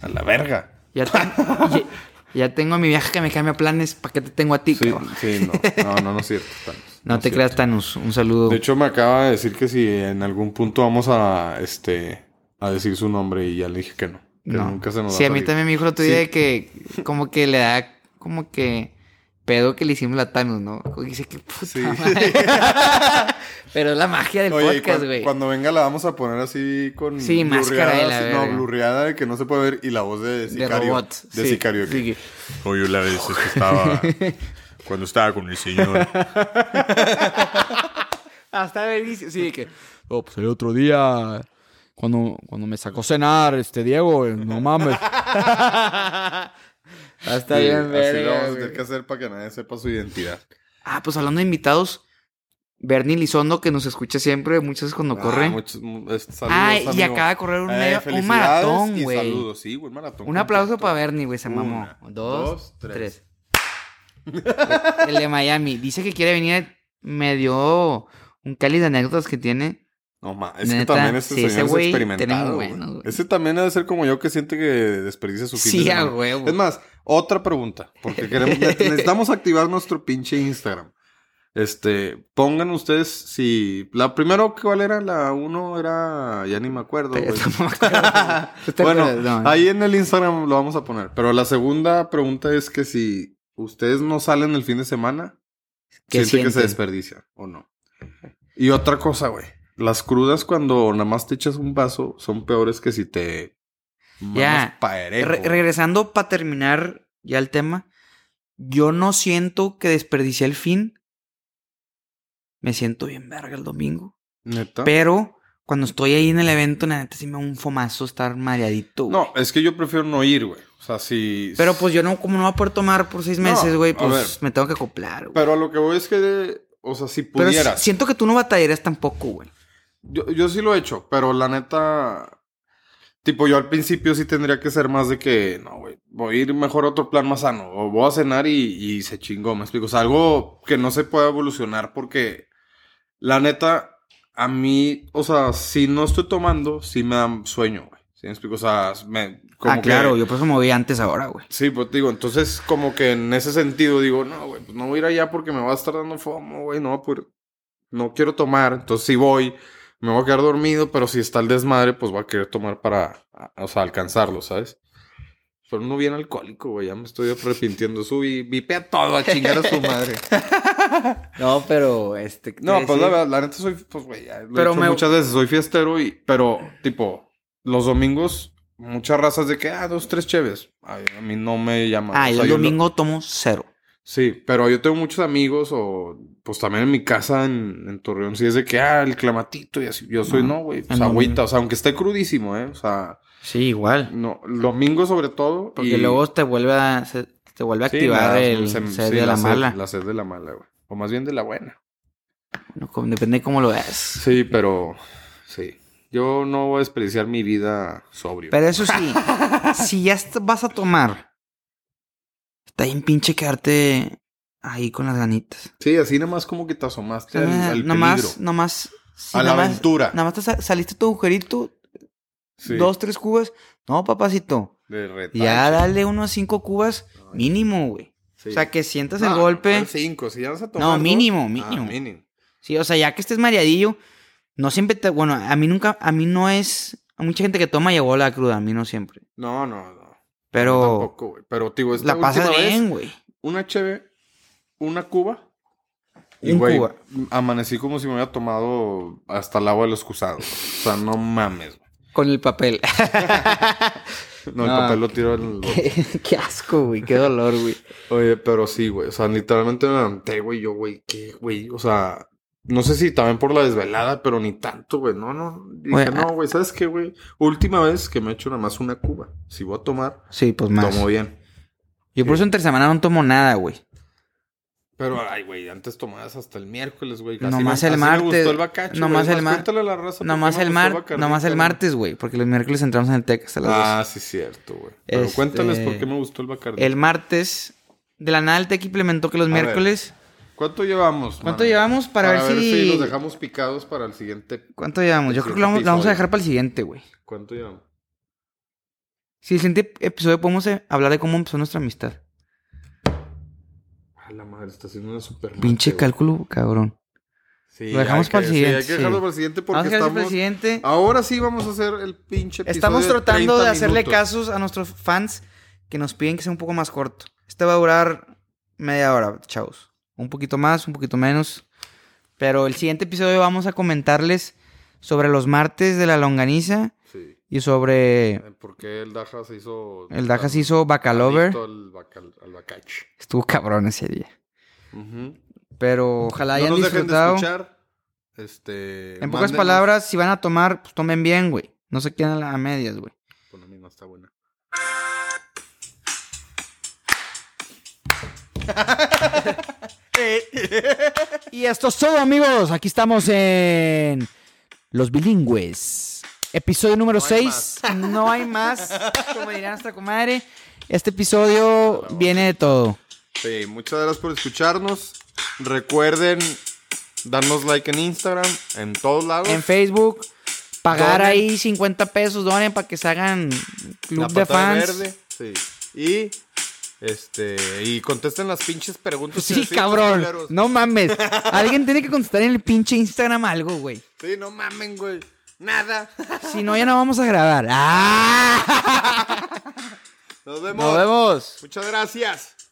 S1: A la verga.
S2: Ya, te- ya- ya tengo a mi viaje que me cambia planes. ¿Para qué te tengo a ti,
S1: Sí,
S2: cabrón?
S1: sí, no. No, no, no es cierto. Thanos.
S2: No,
S1: es
S2: te
S1: cierto.
S2: creas, Thanos. Un saludo.
S1: De hecho, me acaba de decir que si en algún punto vamos a este a decir su nombre y ya le dije que no. Que
S2: no.
S1: nunca se nos va
S2: Sí, a mí
S1: salir.
S2: también me dijo el otro
S1: Sí.
S2: día de que como que le da como que pedo que le hicimos la Thanos, ¿no? Como que dice que puta
S1: Sí.
S2: madre. Pero es la magia del
S1: Oye, y
S2: podcast,
S1: cuan-
S2: güey.
S1: Cuando venga la vamos a poner así con
S2: Sí, máscara y la
S1: blurreada,
S2: verga.
S1: no, blurreada de que no se puede ver y la voz de
S2: De
S1: sicario.
S2: robot.
S1: De
S2: Sí.
S1: sicario. que-
S2: Sí.
S6: No, yo la vez es que estaba. cuando estaba con el señor.
S2: Hasta vericio. Sí, que.
S7: No, pues el otro día, cuando, cuando me sacó cenar, este Diego, eh, no mames.
S2: Hasta
S1: Sí,
S2: Ah, bien,
S1: Así
S2: verga,
S1: lo vamos a
S2: güey.
S1: tener que hacer para que nadie sepa su identidad.
S2: Ah, pues hablando de invitados, Bernie Lizondo, que nos escucha siempre, muchas veces cuando corre.
S1: Ah, muchos- mu- es- saludos,
S2: Ah, y
S1: amigo.
S2: acaba de correr un,
S1: Eh,
S2: medio- un
S1: felicidades
S2: maratón,
S1: y
S2: güey.
S1: saludos, sí, güey, un maratón.
S2: Un aplauso
S1: completo.
S2: para Bernie, güey, se mamó.
S1: Una,
S2: Dos,
S1: dos,
S2: tres. El de Miami. Dice que quiere venir. Me dio un cáliz de anécdotas que tiene.
S1: No ma, es que
S2: Neta,
S1: también ese
S2: sí, ese
S1: señor
S2: güey
S1: es
S2: tiene
S1: experimentado.
S2: muy
S1: güey.
S2: buenos, güey.
S1: ese también ha de ser como yo que siente que desperdicia su fin
S2: Sí,
S1: de
S2: ah, a
S1: semana.
S2: huevo.
S1: Es más, otra pregunta, porque queremos, ne- necesitamos activar nuestro pinche Instagram. Este, pongan ustedes si la primero cuál era la uno era ya ni me acuerdo. güey.
S2: No me acuerdo. ¿Tú te
S1: bueno,
S2: acuerdas? No.
S1: ahí en el Instagram lo vamos a poner. Pero la segunda pregunta es que si ustedes no salen el fin de semana,
S2: ¿Qué
S1: siente que se
S2: sienten?
S1: desperdicia o no. Y otra cosa, güey. Las crudas cuando nada más te echas un vaso son peores que si te
S2: Ya.
S1: para
S2: Re- regresando para terminar ya el tema. Yo no siento que desperdicié el fin. Me siento bien verga el domingo.
S1: Neta.
S2: Pero cuando estoy ahí en el evento, la neta sí me da un fomazo estar mareadito. güey.
S1: No, es que yo prefiero no ir, güey. O sea, si
S2: Pero pues yo no, como no voy a poder tomar por seis meses,
S1: No,
S2: güey,
S1: a
S2: pues
S1: ver.
S2: me tengo que acoplar, güey.
S1: pero a lo que voy es que de- o sea, si
S2: Pero
S1: pudieras.
S2: si- siento que tú no batallarías tampoco, güey. Ah,
S1: Yo, yo sí lo he hecho, pero la neta. Tipo, yo al principio sí tendría que ser más de que, no, güey, voy a ir mejor a otro plan más sano. O voy a cenar y, y se chingó, me explico. O sea, algo que no se pueda evolucionar porque, la neta, a mí, o sea, si no estoy tomando, sí me da sueño, güey. ¿Sí me explico? O sea, me, como
S2: ah,
S1: que-
S2: claro, yo por eso me voy antes ahora, güey.
S1: Sí, pues digo, entonces como que en ese sentido digo, no, güey, pues no voy a ir allá porque me va a estar dando fomo, güey, no va a poder- no quiero tomar, entonces si voy, me voy a quedar dormido, pero si está el desmadre, pues voy a querer tomar para, a- o sea, alcanzarlo, ¿sabes? Pero uno bien alcohólico, güey, ya me estoy arrepintiendo, subí, vipea todo a chingar a su madre.
S2: No, pero este.
S1: No, pues la verdad, la neta soy, pues güey, ya lo he
S2: Pero
S1: hecho
S2: me-
S1: muchas veces, soy fiestero y, pero, tipo, los domingos, muchas razas de que, ah, dos, tres cheves, Ay, a mí no me llama.
S2: Ah,
S1: O
S2: el
S1: sea, yo lo-
S2: domingo tomo cero.
S1: Sí, pero yo tengo muchos amigos o pues también en mi casa en, en Torreón, sí es de que, ah, el clamatito y así. Yo soy,
S2: No,
S1: no, güey,
S2: en
S1: pues
S2: domingo.
S1: agüita, o sea, aunque esté crudísimo, ¿eh? O sea,
S2: Sí, igual.
S1: no, domingo sobre todo.
S2: Porque
S1: Mm, y-
S2: luego te vuelve a, se- te vuelve a
S1: Sí,
S2: activar
S1: la-
S2: el
S1: se-
S2: sed
S1: sí,
S2: de la, mala.
S1: Sed, la sed de la mala, güey. O más bien de la buena.
S2: No, como- depende de cómo lo veas.
S1: Sí, pero sí. Yo no voy a desperdiciar mi vida sobrio.
S2: Pero eso sí, si ya est- vas a tomar, está bien pinche quedarte ahí con las ganitas.
S1: Sí, así nada más como que te asomaste al,
S2: Ah,
S1: al
S2: nomás,
S1: peligro.
S2: nomás. sí,
S1: a la
S2: nomás-
S1: aventura.
S2: Nada más te sa- saliste tu agujerito,
S1: Sí, Ah,
S2: dos, tres cubas. No, papacito.
S1: de retache.
S2: Ya dale unos cinco cubas mínimo, güey.
S1: Sí.
S2: O sea, que sientas
S1: No,
S2: el golpe.
S1: no, Cinco, si ya vas a tomar.
S2: no,
S1: dos,
S2: mínimo,
S1: ah,
S2: mínimo.
S1: mínimo.
S2: Sí, o sea, ya que estés mareadillo, no siempre te. Bueno, a mí nunca. A mí no es a mucha gente que toma y abola la cruda, a mí no siempre.
S1: No, no, no.
S2: Pero
S1: Tampoco, güey. Pero, digo, esta
S2: la pasas
S1: última vez,
S2: bien, güey.
S1: una cheve, una cuba. Y,
S2: Un
S1: güey,
S2: Cuba.
S1: amanecí como si me hubiera tomado hasta el agua del excusado. güey. O sea, no mames. güey.
S2: Con el papel.
S1: No, el
S2: No.
S1: papel lo tiro al...
S2: qué, qué asco, güey. Qué dolor, güey.
S1: Oye, pero sí, güey. O sea, literalmente me levanté, güey. Yo, güey, ¿qué, güey? O sea, no sé si también por la desvelada, pero ni tanto, güey. No, no. Dije,
S2: Güey,
S1: no, güey. ¿Sabes qué, güey? Última vez que me he hecho nada más una cuba. Si voy a tomar,
S2: Sí, pues más.
S1: tomo bien.
S2: Yo por eso entre semana no tomo nada, güey.
S1: Pero, ay, güey, antes tomabas hasta el miércoles, güey. Así
S2: Nomás
S1: me-
S2: el
S1: así me
S2: martes.
S1: gustó el bacacho,
S2: Nomás
S1: güey.
S2: el mar-
S1: Cuéntale a la raza por
S2: Nomás
S1: qué me
S2: el,
S1: gustó
S2: mar
S1: Bacardi,
S2: nomás el
S1: cabrón.
S2: martes, güey. Porque los miércoles entramos en el TEC hasta las
S1: Ah, sí, cierto, güey. Pero
S2: Este-
S1: cuéntales por qué me gustó el Bacardi.
S2: 12. El martes, de la nada el TEC implementó que los
S1: ver.
S2: miércoles...
S1: ¿Cuánto llevamos?
S2: ¿Cuánto
S1: mano?
S2: llevamos para, ver, si...
S1: los dejamos picados para el siguiente.
S2: ¿Cuánto llevamos? Yo creo que lo vamos, lo vamos a dejar para el siguiente, güey.
S1: ¿Cuánto llevamos?
S2: Si el siguiente episodio podemos eh, hablar de cómo empezó nuestra amistad.
S1: A Ah, la madre, está haciendo una super.
S2: Pinche cálculo, cabrón.
S1: Sí,
S2: Lo dejamos
S1: hay que-
S2: para el
S1: sí,
S2: siguiente,
S1: hay que
S2: sí.
S1: dejarlo para el siguiente porque
S2: vamos a dejar ese
S1: estamos.
S2: presidente.
S1: Ahora sí vamos a hacer el pinche episodio
S2: Estamos
S1: de
S2: tratando
S1: 30
S2: de hacerle
S1: minutos.
S2: casos a nuestros fans que nos piden que sea un poco más corto. Este va a durar media hora, chavos. Un poquito más, un poquito menos. Pero el siguiente episodio vamos a comentarles sobre los martes de la longaniza
S1: Sí.
S2: y sobre
S1: Porque el Daja se hizo.
S2: el Daja se hizo Bacalover.
S1: adicto Al, bacal, al bacacho.
S2: Estuvo cabrón ese día.
S1: Ujú.
S2: Pero ojalá hayan
S1: no nos dejen de
S2: disfrutado.
S1: escuchar. Este,
S2: en pocas
S1: mándenos-
S2: palabras, si van a tomar, pues tomen bien, güey. No se queden a la- a medias, güey.
S1: Bueno, a mí no está buena.
S7: Y esto es todo, amigos. Aquí estamos en Los Bilingües. Episodio número
S1: hay
S7: 6.
S2: No hay más, como dirán hasta comadre. Este episodio viene de todo.
S1: Sí, muchas gracias por escucharnos. Recuerden darnos like en Instagram, en todos lados.
S2: En Facebook, pagar
S1: Donen.
S2: ahí 50 pesos, donen para que se hagan
S1: La
S2: club de
S1: patada
S2: fans.
S1: verde, sí. Y este y contesten las pinches preguntas. que
S2: Pues Sí,
S1: les hice,
S2: cabrón.
S1: culeros.
S2: No mames. Alguien tiene que contestar en el pinche Instagram algo, güey.
S1: Sí, no mamen, güey. Nada.
S2: Si no, ya no vamos a grabar. ¡Ah!
S1: Nos vemos.
S2: Nos vemos.
S1: Muchas gracias.